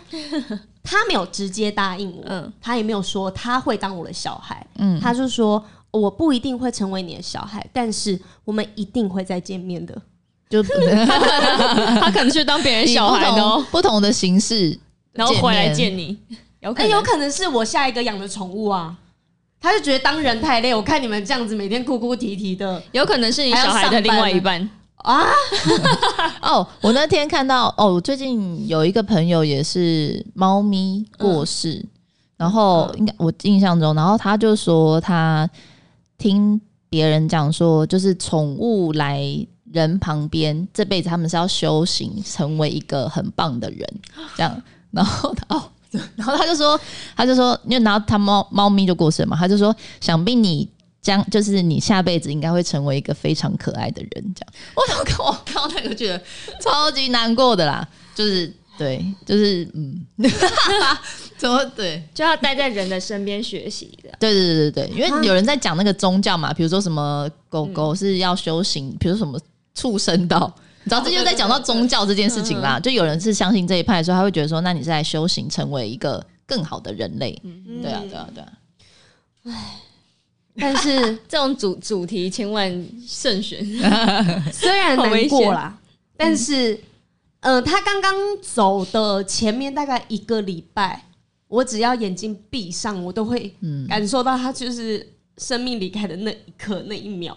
A: 他没有直接答应我，
B: 嗯
A: 他也没有说他会当我的小孩，
C: 嗯
A: 他就说我不一定会成为你的小孩，但是我们一定会再见面的。
C: 就
B: 他可能去当别人小孩
C: 以
B: 的哦，
C: 不同不同的形式，
B: 然后回来
C: 见
B: 见你，有可
A: 哎，有
B: 能。
A: 可能是我下一个养的宠物啊。他就觉得当人太累，我看你们这样子每天哭哭啼啼的
B: 有可能是你小孩的另外一半，
A: 啊，
C: 哦，我那天看到哦，我最近有一个朋友也是猫咪过世，然后应该我印象中，然后他就说他听别人讲说，就是宠物来人旁边，这辈子他们是要修行，成为一个很棒的人，这样。 然后他哦，然后他就说，他就说，因为然后他猫猫咪就过世了嘛，他就说，想必你。将就是你下辈子应该会成为一个非常可爱的人，这样。 我怎么看我看到那个觉得超级难过的啦，就是对，就是嗯， 怎么对？
B: 就要待在人的身边学习的。
C: 对对对对对，因为有人在讲那个宗教嘛，比如说什么狗狗是要修行，比如说什么畜生道，你知道这就在讲到宗教这件事情啦。就有人是相信这一派的时候，他会觉得说，那你是来修行，成为一个更好的人类。对啊，对啊，对啊。
A: 嗯但是
B: 这种主主题千万慎选，
A: 虽然难过啦，但是呃，他刚刚走的前面大概一个礼拜，我只要眼睛闭上，我都会感受到他就是生命离开的那一刻那一秒，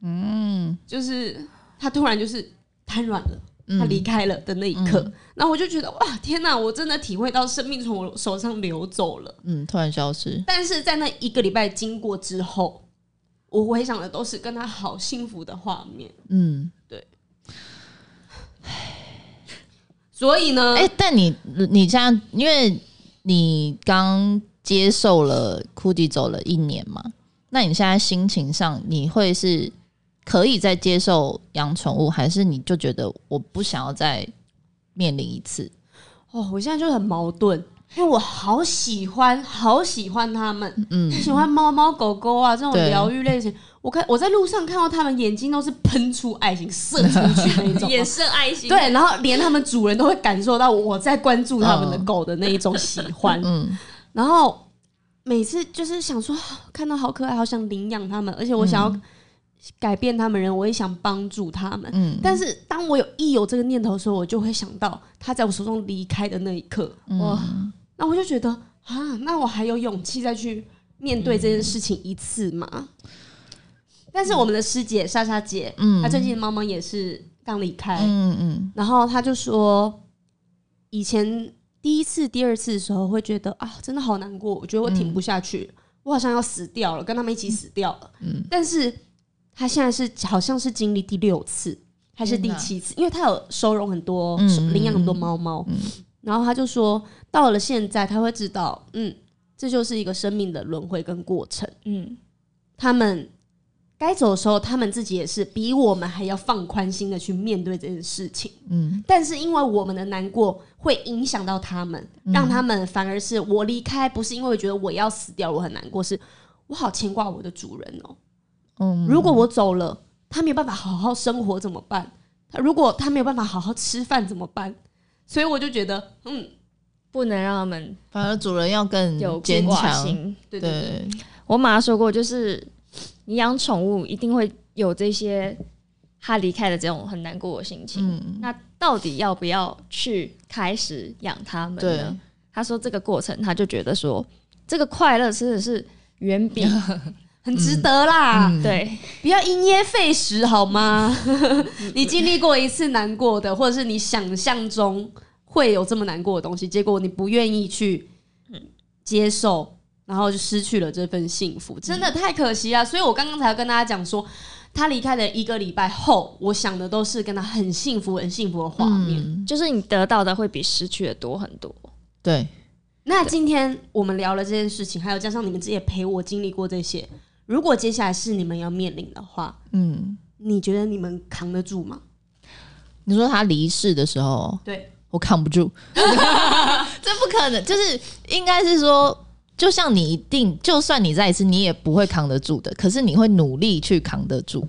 A: 嗯，就是他突然就是瘫软了。
C: 嗯
A: 他离开了的那一刻，那、我就觉得哇，天哪！我真的体会到生命从我手上流走了。
C: 嗯，突然消失，
A: 但是在那一个礼拜经过之后，我回想的都是跟他好幸福的画面。
C: 嗯，
A: 所以呢，
C: 哎、但你你这样，因为你刚接受了库迪走了一年嘛，那你现在心情上你会是可以再接受养宠物，还是你就觉得我不想要再面临一次？
A: 哦，我现在就很矛盾，因为我好喜欢，好喜欢他们，嗯，喜欢猫猫狗狗啊这种
C: 对
A: 疗愈类型。我看我在路上看到他们眼睛都是喷出爱心射出去那一种，
B: 也是爱心，，
A: 对，然后连他们主人都会感受到我在关注他们的狗的那一种喜欢，
C: 嗯
A: 然后每次就是想说啊看到好可爱，好想领养他们，而且我想要改变他们人，我也想帮助他们。
C: 嗯
A: 但是当我有一有这个念头的时候，我就会想到他在我手中离开的那一刻，
C: 嗯
B: 哇，
A: 那我就觉得啊，那我还有勇气再去面对这件事情一次吗？但是我们的师姐莎莎姐，她最近的猫猫也是刚离开，
C: 嗯嗯
A: 然后他就说，以前第一次、第二次的时候会觉得啊，真的好难过，我觉得我挺不下去，我好像要死掉了，跟他们一起死掉了。嗯，但是他现在是好像是经历第六次还是第七次，因为他有收容很多、
C: 嗯
A: 收领养很多猫猫，然后他就说，到了现在他会知道，嗯，这就是一个生命的轮回跟过程。
B: 嗯，
A: 他们该走的时候，他们自己也是比我们还要放宽心的去面对这件事情。
C: 嗯，
A: 但是因为我们的难过会影响到他们，
C: 嗯
A: 让他们反而是我离开，不是因为我觉得我要死掉，我很难过，是我好牵挂我的主人哦、
C: 嗯，
A: 如果我走了，他没有办法好好生活怎么办？他如果他没有办法好好吃饭怎么办？所以我就觉得，嗯，
B: 不能让他们
C: 反而主人要更
B: 有
C: 坚
B: 挂
C: 强，
B: 心。
A: 对对
C: 对，
A: 对，
B: 我妈说过，就是你养宠物一定会有这些它离开的这种很难过的心情。
C: 嗯
B: 那到底要不要去开始养它们
C: 对
B: 呢？她说这个过程，她就觉得说这个快乐真的是远 比、
A: 很值得啦，
C: 嗯
B: 对
A: 不要因噎废食好吗？你经历过一次难过的，或者是你想象中会有这么难过的东西，结果你不愿意去接受，然后就失去了这份幸福，真的太可惜啊！所以我刚刚才跟大家讲说，他离开的一个礼拜后，我想的都是跟他很幸福、很幸福的画面。
C: 嗯，
B: 就是你得到的会比失去的多很多。
C: 对，
A: 那今天我们聊了这件事情，还有加上你们自己也陪我经历过这些，如果接下来是你们要面临的话，
C: 嗯，
A: 你觉得你们扛得住吗？
C: 你说他离世的时候，
A: 对。
C: 我扛不住， 这不可能，就是应该是说，就像你一定，就算你再一次，你也不会扛得住的，可是你会努力去扛得住。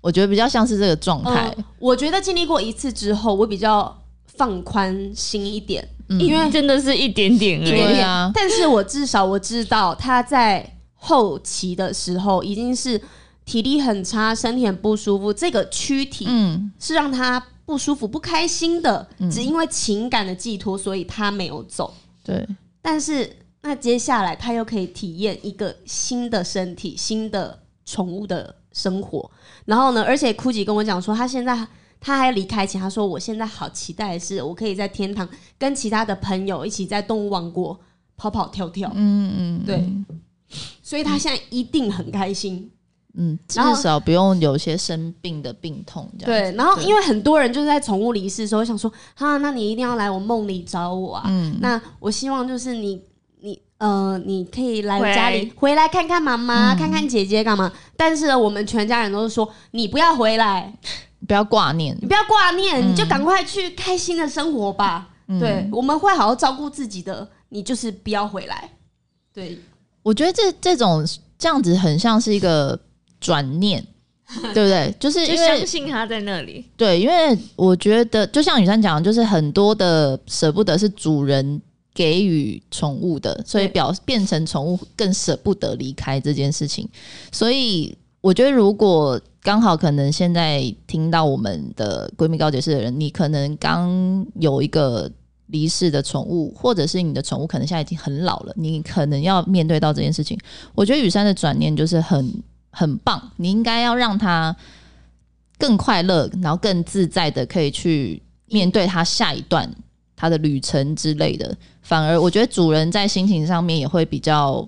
C: 我觉得比较像是这个状态，
A: 嗯我觉得经历过一次之后，我比较放宽心一点，
B: 因为真的是一点点而
A: 一
B: 已，
A: 点
C: 对
A: 点。
C: 啊
A: 但是我至少我知道他在后期的时候已经是体力很差，身体很不舒服，这个躯体
C: 嗯
A: 是让他不舒服、不开心的，只因为情感的寄托，所以他没有走。
C: 对，
A: 但是那接下来他又可以体验一个新的身体、新的宠物的生活。然后呢，而且酷吉跟我讲说，他现在他还离开前，他说我现在好期待的是，我可以在天堂跟其他的朋友一起在动物王国跑跑跳跳。
C: 嗯嗯，
A: 对，所以他现在一定很开心。
C: 嗯，至
A: 然后
C: 少不用有些生病的病痛这样。
A: 对，然后因为很多人就是在宠物离世的时候想说，哈，那你一定要来我梦里找我啊。那我希望就是你，你呃，你可以来我家里回来看看妈妈，看看姐姐干嘛？但是呢，我们全家人都是说，你不要回来，
C: 不要挂念。
A: 你不要挂念，你就赶快去开心的生活吧。对，我们会好好照顾自己的，你就是不要回来。对，
C: 我觉得这这种这样子很像是一个转 念，对不对？就是
B: 就
C: 因为
B: 相信它在那里。
C: 对，因为我觉得就像雨珊讲的，就是很多的舍不得是主人给予宠物的，所以
A: 对
C: 表变成宠物更舍不得离开这件事情。所以我觉得，如果刚好可能现在听到我们的闺蜜告解室的人，你可能刚有一个离世的宠物，或者是你的宠物可能现在已经很老了，你可能要面对到这件事情。我觉得雨珊的转念就是很很棒，你应该要让他更快乐，然后更自在的可以去面对他下一段他的旅程之类的。反而我觉得主人在心情上面也会比较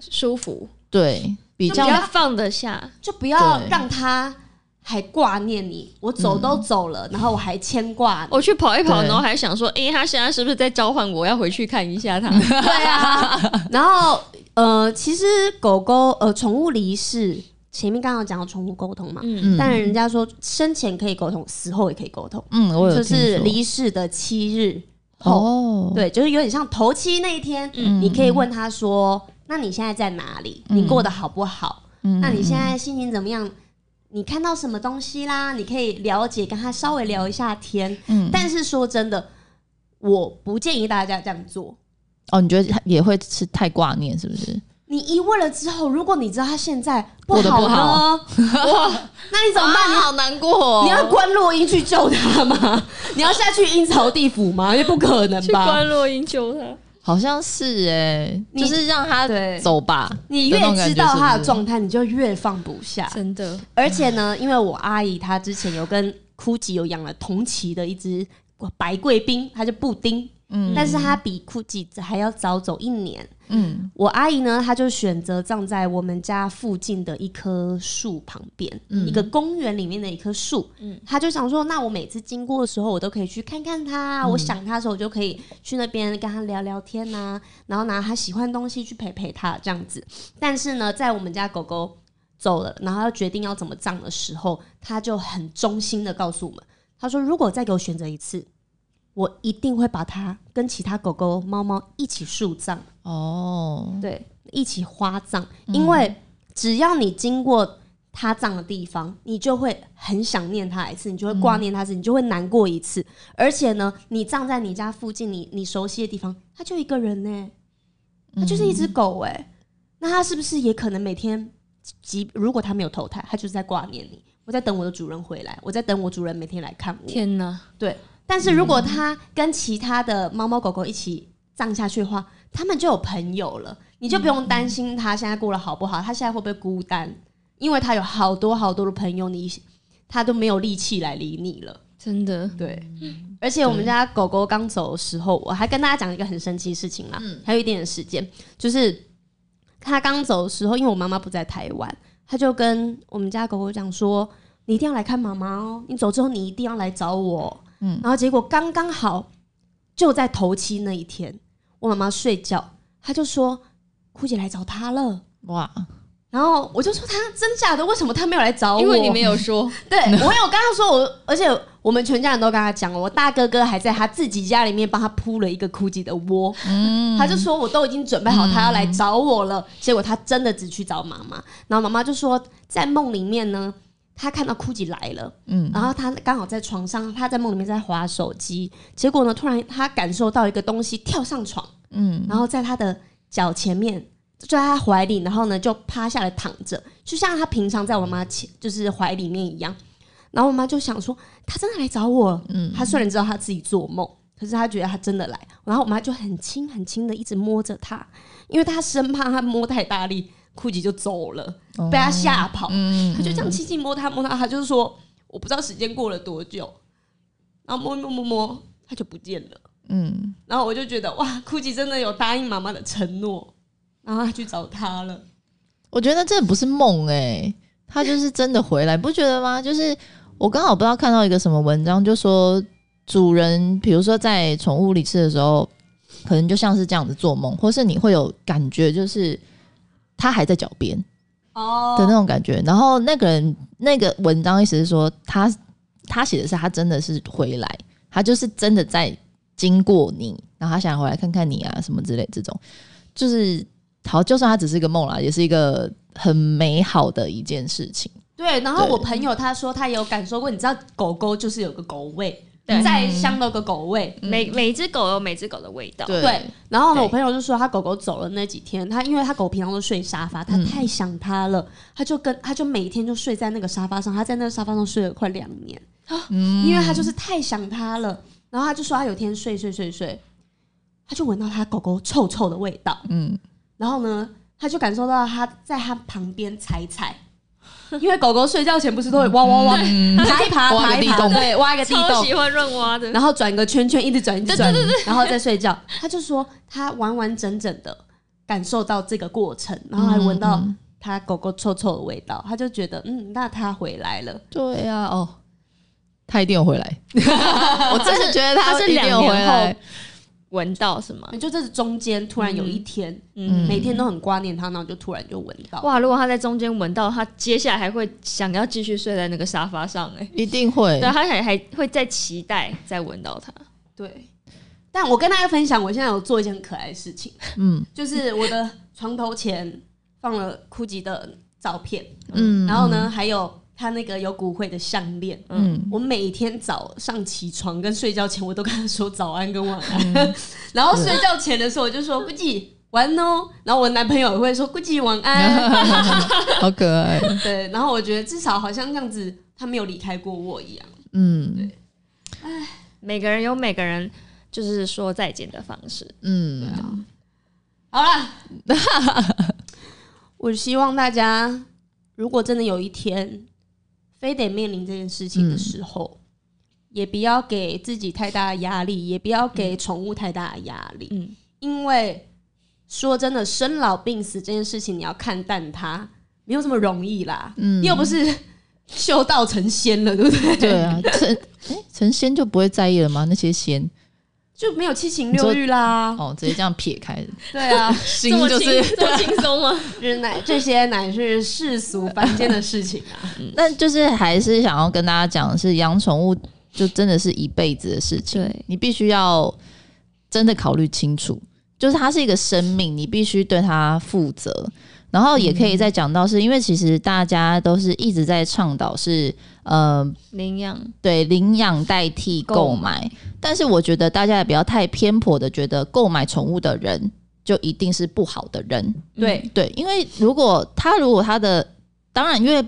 B: 舒服，
C: 对。比
B: 比
C: 较
B: 较放得下。
A: 就不要
C: 对
A: 让他还挂念你。我走都走了，然后我还牵挂你。
B: 我去跑一跑，
C: 对
B: 然后还想说，诶、他现在是不是在召唤我？要回去看一 下他。
A: 对啊，然后呃，其实狗狗呃，宠物离世前面刚刚有讲到宠物沟通嘛，
C: 嗯
B: 嗯，
A: 但人家说生前可以沟通，死后也可以沟通，
C: 嗯，我有
A: 就
C: 听
A: 是
C: 说
A: 离世的七日后，
C: 哦，
A: 对，就是有点像头七那一天，
B: 嗯
A: 你可以问他说：“那你现在在哪里？你过得好不好？
C: 嗯，
A: 那你现在心情怎么样？”你看到什么东西啦？你可以了解，跟他稍微聊一下天。
C: 嗯
A: 但是说真的，我不建议大家这样做。
C: 哦，你觉得也会是太挂念是不是？
A: 你一问了之后，如果你知道他现在不
C: 过得
A: 好
C: 不
A: 呢，
C: 好
A: 那你怎么办？
C: 好难过、哦
A: 你要关落音去救他吗？你要下去阴曹地府吗？也不可能
B: 去
A: 吧。
B: 关落音救他。
C: 好像是哎、
A: 你
C: 就是让他
A: 对
C: 走吧。
A: 你越知道他的
C: 态，
A: 状态，你就越放不下。
B: 真的，
A: 而且呢，因为我阿姨她之前有跟枯吉有养了同期的一只白贵宾，它叫布丁，
C: 嗯
A: 但是它比枯吉还要早走一年。
C: 嗯
A: 我阿姨呢，她就选择葬在我们家附近的一棵树旁边，
C: 嗯
A: 一个公园里面的一棵树。
B: 嗯
A: 她就想说，那我每次经过的时候，我都可以去看看她，我想她的时候，我就可以去那边跟她聊聊天呐、然后拿她喜欢的东西去陪陪她这样子。但是呢，在我们家狗狗走了，然后要决定要怎么葬的时候，她就很忠心的告诉我们，她说：“如果再给我选择一次，我一定会把它跟其他狗狗、猫猫一起树葬。”
C: 哦，
A: 对，一起花葬，因为只要你经过他葬的地方，你就会很想念他一次，你就会挂念他一次，你就会难过一次。而且呢，你葬在你家附近，你你熟悉的地方，他就一个人呢、他就是一只狗哎、那他是不是也可能每天，即如果他没有投胎，他就是在挂念你。我在等我的主人回来，我在等我主人每天来看我。
B: 天哪！
A: 但是如果它跟其他的猫猫狗狗一起葬下去的话，它们就有朋友了，你就不用担心它现在过得好不好，它现在会不会孤单，因为它有好多好多的朋友，你它都没有力气来理你了。
B: 真的，
A: 对，
B: 嗯
A: 而且我们家狗狗刚走的时候，我还跟大家讲一个很神奇的事情啦，还有一点点时间，就是它刚走的时候，因为我妈妈不在台湾，它就跟我们家狗狗讲说：“你一定要来看妈妈哦，你走之后你一定要来找我。”嗯，然后结果刚刚好就在头七那一天，我妈妈睡觉，她就说：“哭姐来找她了。
C: 嗯哇，”
A: 然后我就说她真假的？为什么她没有来找我？
B: 因为你没有说，
A: 对，我有跟他说，我而且我们全家人都跟他讲，我大哥哥还在他自己家里面帮他铺了一个枯井的窝，
C: 嗯，
A: 他就说我都已经准备好他要来找我了，结果他真的只去找妈妈，然后妈妈就说在梦里面呢。他看到枯井来了，
C: 嗯
A: 然后他刚好在床上，他在梦里面在划手机，结果呢，突然他感受到一个东西跳上床，
C: 嗯
A: 然后在他的脚前面，就在他怀里，然后呢就趴下来躺着，就像他平常在我妈前就是怀里面一样。然后我妈就想说，他真的来找我了。嗯，他虽然知道他自己做梦，可是他觉得他真的来。然后我妈就很轻很轻的一直摸着他，因为她生怕他摸太大力，库吉就走了，被他吓跑。
C: 哦嗯
A: 他就这样轻轻摸他摸他，他就说我不知道时间过了多久，然后摸一摸摸一摸，他就不见了。
C: 嗯，
A: 然后我就觉得哇，酷奇真的有答应妈妈的承诺，然后他去找他了。
C: 我觉得这不是梦哎、他就是真的回来，不觉得吗？ 就是我刚好不知道看到一个什么文章，就说主人，比如说在宠物离世的时候，可能就像是这样子做梦，或是你会有感觉，就是他还在脚边。
A: 哦
C: 的那种感觉。然后那个人那个文章意思是说，他他写的是他真的是回来，他就是真的在经过你，然后他想回来看看你啊什么之类这种，就是好，就算他只是一个梦啦，也是一个很美好的一件事情。
A: 对，然后
C: 对
A: 我朋友他说他有感受过，你知道狗狗就是有个狗味，
B: 对
A: 再香都有个狗味。
B: 每每只狗有每只狗的味道。
C: 嗯对
A: 对，然后呢，
C: 对
A: 我朋友就说他狗狗走了那几天，他因为他狗平常都睡沙发，
C: 嗯
A: 他太想他了，他就跟他就每天就睡在那个沙发上，他在那个沙发上睡了快两年，
C: 嗯
A: 因为他就是太想他了。然后他就说他有一天睡睡睡睡，他就闻到他狗狗臭臭的味道，
C: 嗯，
A: 然后呢，他就感受到他在他旁边踩踩。因为狗狗睡觉前不是都会汪汪汪爬一爬
C: 挖个
A: 爬一
C: 地
A: 爬，
C: 洞
A: 对，挖一个地
B: 超
A: 洞，
B: 喜欢润蛙的，
A: 然后转个圈圈，一直转，一直转，然后再睡觉。他就说他完完整整的感受到这个过程，然后还
C: 嗯
A: 闻到他狗狗臭臭的味道，他就觉得嗯，那他回来了。
C: 对呀、哦，他一定有回来， 我真的觉得
B: 它
C: 他
B: 是
C: 一定有
B: 两
C: 回
B: 年
C: 来
B: 后。闻到是吗？
A: 就这是中间突然有一天，
B: 嗯
A: 每天都很挂念他，然后就突然就闻到。
B: 哇！如果他在中间闻到，他接下来还会想要继续睡在那个沙发上哎、
C: 一定会
B: 对，，他还还会再期待再闻到它。
A: 对，但我跟大家分享，我现在有做一件很可爱的事情，
C: 嗯
A: 就是我的床头前放了酷吉的照片，
C: 嗯，
A: 然后呢，还有他那个有骨灰的项链，
C: 嗯，
A: 我每天早上起床跟睡觉前，我都跟他说早安跟晚安，
C: 嗯
A: 然后睡觉前的时候，我就说估计晚哦，然后我男朋友也会说估计晚安，
C: 好可爱，
A: 对，然后我觉得至少好像这样子，他没有离开过我一样，
C: 嗯
B: 每个人有每个人就是说再见的方式。
C: 嗯，
A: 好啦， 我希望大家，如果真的有一天非得面临这件事情的时候，也不要给自己太大的压力，也不要给宠物太大的压力。
B: 嗯
A: 因为说真的，生老病死这件事情，你要看淡它，没有这么容易啦。嗯，又不是修道成仙了，对不 对？
C: 对啊，成诶成仙就不会在意了吗？那些仙
A: 就没有七情六欲啦。
C: 哦，直接这样撇开，
A: 对啊，
C: 心
B: 这么
C: 就
B: 轻
C: 是
B: 这么轻松吗？
A: 这乃这些乃是世俗凡间的事情啊。
C: 那就是还是想要跟大家讲，的是养宠物就真的是一辈子的事情，
B: 对
C: 你必须要真的考虑清楚，就是它是一个生命，你必须对它负责。然后也可以再讲到是，因为其实大家都是一直在倡导是，呃，
B: 领养
C: 对领养代替购买，但是我觉得大家也不要太偏颇的觉得购买宠物的人就一定是不好的人，
A: 对，
C: 对，因为如果他如果他的，当然因为。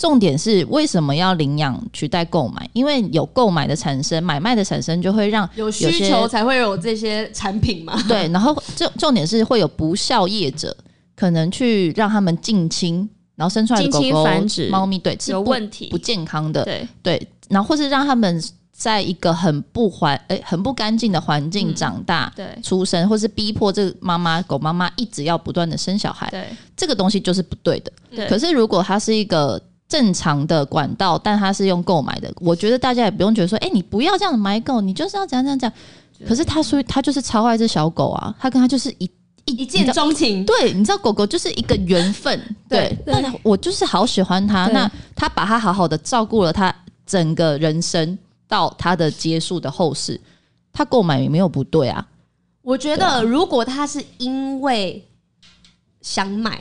C: 重点是为什么要领养取代购买？因为有购买的产生，买卖的产生就会让
A: 有
C: 有
A: 需
C: 些
A: 求才会有这些产品嘛。
C: 对，然后重重点是会有不孝业者可能去让他们近亲，然后生出来的
B: 近
C: 狗
B: 亲
C: 狗
B: 繁殖、
C: 猫咪对是
B: 有
C: 不
B: 问题
C: 不，健康的，
B: 对，
C: 对，然后或是让他们在一个很不环诶、很不干净的环境
B: 嗯
C: 长大、
B: 对
C: 出生，或是逼迫这个妈妈狗妈妈一直要不断的生小孩，
B: 对
C: 这个东西就是不对的。
B: 对，
C: 可是如果它是一个正常的管道，但它是用购买的，我觉得大家也不用觉得说，哎、你不要这样买狗，你就是要怎样怎样怎样。可是他所以他就是超爱这小狗啊，他跟他就是一一
A: 一见
C: 你知道
A: 钟情，
C: 对，你知道狗狗就是一个缘分，对，
B: 对
C: 那我就是好喜欢它，
B: 对
C: 那他把它好好的照顾了，他整个人生到他的结束的后世，他购买也没有不对啊，
A: 我觉得如果他是因为想买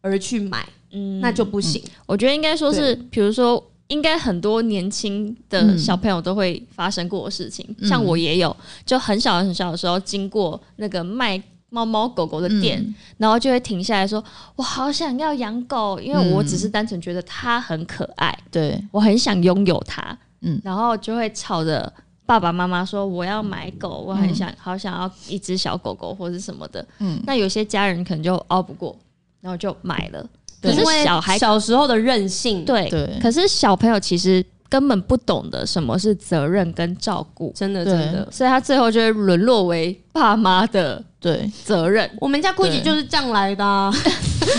A: 而去买，
B: 嗯
A: 那就不行。
B: 我觉得应该说是，比如说，应该很多年轻的
C: 嗯
B: 小朋友都会发生过的事情，
C: 嗯
B: 像我也有，就很小很小的时候经过那个卖。猫猫狗狗的店，
C: 嗯
B: 然后就会停下来说：“我好想要养狗，因为我只是单纯觉得它很可爱，
C: 对，
B: 我很想拥有它。”嗯
C: 嗯，
B: 然后就会吵着爸爸妈妈说：“我要买狗，我很想、好想要一只小狗狗或是什么的。”嗯
C: 嗯，
B: 那有些家人可能就拗不过，然后就买了。可
A: 因
B: 是
A: 为
B: 小孩
A: 嗯小时候的任性，，
B: 对
C: 对
B: 可是小朋友其实根本不懂得什么是责任跟照顾，
A: 真的真
C: 对
A: 的。
B: 所以他最后就会沦落为爸妈的
C: 对，
B: 责任。
A: 我们家 Gucci
C: 对
A: 就是这样来的啊、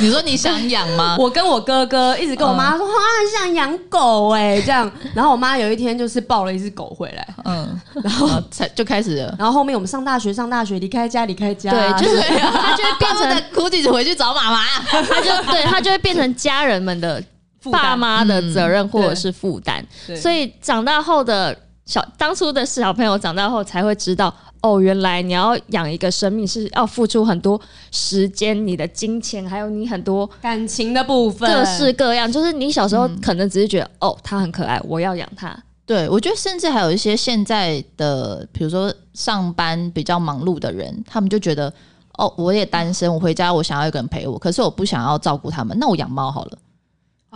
C: 你说你想养吗？
A: 我跟我哥哥一直跟我妈说，哇，很想养狗哎、这样。然后我妈有一天就是抱了一只狗回来，
C: 嗯，然后才就开始 了。
A: 然后后面我们上大学，上大学，离开家，离开家，
B: 对，就是
C: 啊
B: 他就会变
C: 变成
B: 成，
C: 哭泣着回去找妈妈，
B: 他就 对他就会变成家人们的
A: 负担
B: 爸。妈的责任或者是负担，
A: 对
B: 所以长大后的小当初的小朋友长大后才会知道，哦，原来你要养一个生命是要付出很多时间、你的金钱，还有你很多
A: 感情的部分，
B: 嗯各式各样，就是你小时候可能只是觉得、哦，它很可爱，我要养它，
C: 对，我觉得甚至还有一些现在的，比如说上班比较忙碌的人，他们就觉得，哦，我也单身，我回家我想要一个人陪我，可是我不想要照顾他们，那我养猫好了，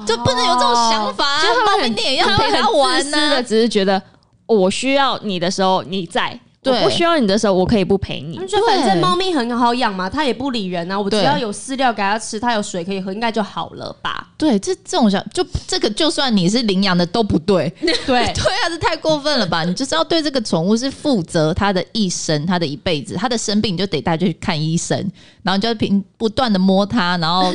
C: 就不能有这种想法、啊。
B: 就他
C: 猫
B: 们
C: 咪
B: 很
C: 你也要
B: 他
C: 陪
B: 们很
C: 玩啊
B: 自
C: 呢、
B: 私的，只是觉得、哦我需要你的时候你在，
C: 对
B: 我不需要你的时候我可以不陪
A: 他
B: 你
A: 们。就反正
C: 对
A: 猫咪很好养嘛，它也不理人啊，我只
C: 对
A: 要有饲料给它吃，它有水可以喝，应该就好了吧？
C: 对，这这种想就这个，就算你是领养的都不对。
A: 对，
C: 对啊，这太过分了吧？你就是要对这个宠物是负责它的一生，它的一辈子，它的生病你就得带去看医生，然后你就要平不断的摸它，然 后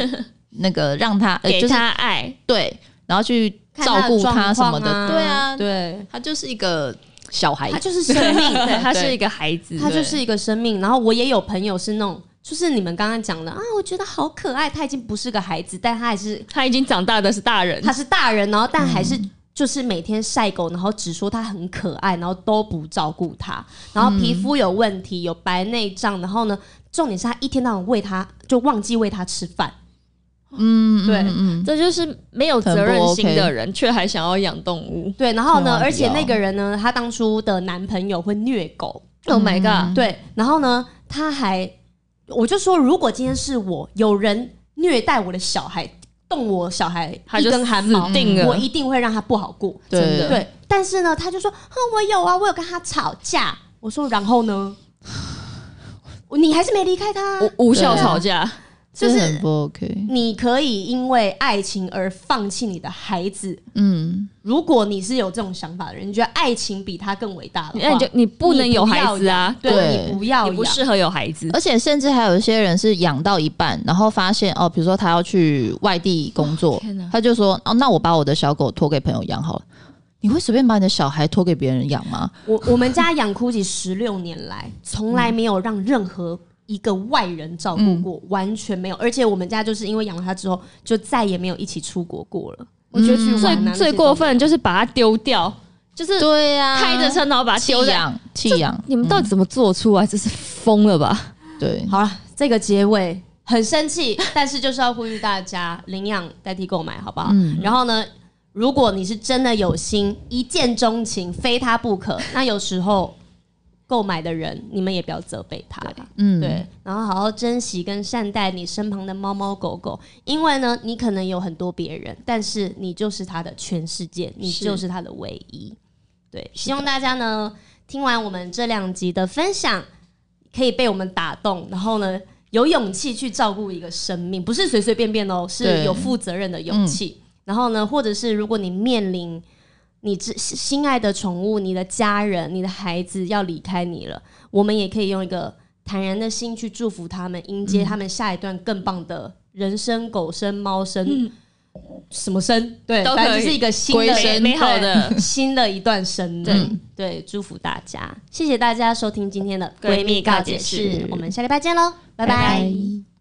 C: 那个让它、呃、
B: 给
C: 就是
B: 他爱，
C: 对，然后去照顾它什么的，
A: 看它的状况啊
C: 对啊，
A: 对，
C: 它就是一个小孩
A: 它，就是生 命，
B: 对他是
C: 对
B: 一个孩子，
A: 它就是一个生命。然后我也有朋友是那种，就是你们刚刚讲的啊，我觉得好可爱，他已经不是个孩子，但他还是
B: 他已经长大的是大人
A: 他，是大人，然后但还是。就是每天晒狗，然后只说它很可爱，然后都不照顾它，然后皮肤有问题，有白内障，然后呢，重点是他一天到晚喂它，就忘记喂它吃饭。
C: 嗯，
A: 对
C: 嗯嗯
B: 这就是没有责任心的人，却还想要养动物。
A: 对，然后
C: 千
B: 哦
A: 呢，
C: 万不
A: 而且那
C: 要
A: 个人呢，她当初的男朋友会虐狗，
B: Oh my god！
A: 对，然后呢，她还，我就说，如果今天是我有人虐待我的小孩，动我小孩
B: 他
A: 一
B: 就
A: 根汗毛
B: 死，定了
A: 我一定会让他不好过。
C: 对
B: 真的
A: 对，但是呢，她就说，哼，我有啊，我有跟他吵架。我说，然后呢？你还是没离开他啊、
B: 无无效吵架，
A: 就
C: 这
A: 是
C: 很不 OK，
A: 你可以因为爱情而放弃你的孩子。
C: 嗯，
A: 如果你是有这种想法的人，你觉得爱情比他更伟大的话，
B: 那你就你不能有孩子啊，
A: 对
C: 对
A: 啊你不要
B: 你
A: 养，
B: 不适合有孩子。
C: 而且甚至还有一些人是养到一半，然后发现哦，比如说他要去外地工作，
B: 天哪
C: 他就说哦，那我把我的小狗托给朋友养好了。你会随便把你的小孩托给别人养吗？
A: 我我们家养 Gucci 十六年来，从来没有让任何一个外人照顾过，完全没有。而且我们家就是因为养了它之后，就再也没有一起出国过了。我觉得去玩啊
B: 嗯最
A: 那些
B: 最
A: 都
B: 过分的就是把它丢掉，就是
C: 对啊呀、
B: 开着车然后把它
C: 弃
B: 丢掉。
C: 养，弃养，嗯
B: 你们到底怎么做出来？这是疯了吧？
C: 对，
A: 好了，这个结尾很生气，但是就是要呼吁大家领养代替购买，好不好？然后呢，如果你是真的有心，一见钟情，非他不可，那有时候购买的人，你们也不要责备他啦。
C: 嗯，
A: 对，然后好好珍惜跟善待你身旁的猫猫狗狗，因为呢，你可能有很多别人，但是你就是它的全世界，你
B: 是
A: 就是它的唯一。对，希望大家呢听完我们这两集的分享，可以被我们打动，然后呢有勇气去照顾一个生命，不是随随便便哦，是
C: 对嗯
A: 有负责任的勇气。然后呢，或者是如果你面临你之心爱的宠物、你的家人、你的孩子要离开你了，我们也可以用一个坦然的心去祝福他们，迎
B: 嗯
A: 接他们下一段更棒的人生、狗生、猫生、什么生，对，
B: 嗯都
A: 反
B: 可
A: 正
B: 以
A: 就是一个新的
B: 归生美好的
A: 对新的一段生命。对，祝福大家，谢谢大家收听今天的
B: 闺蜜告解室
A: 室，我们下礼拜见喽，拜
B: 拜
A: 拜
B: 拜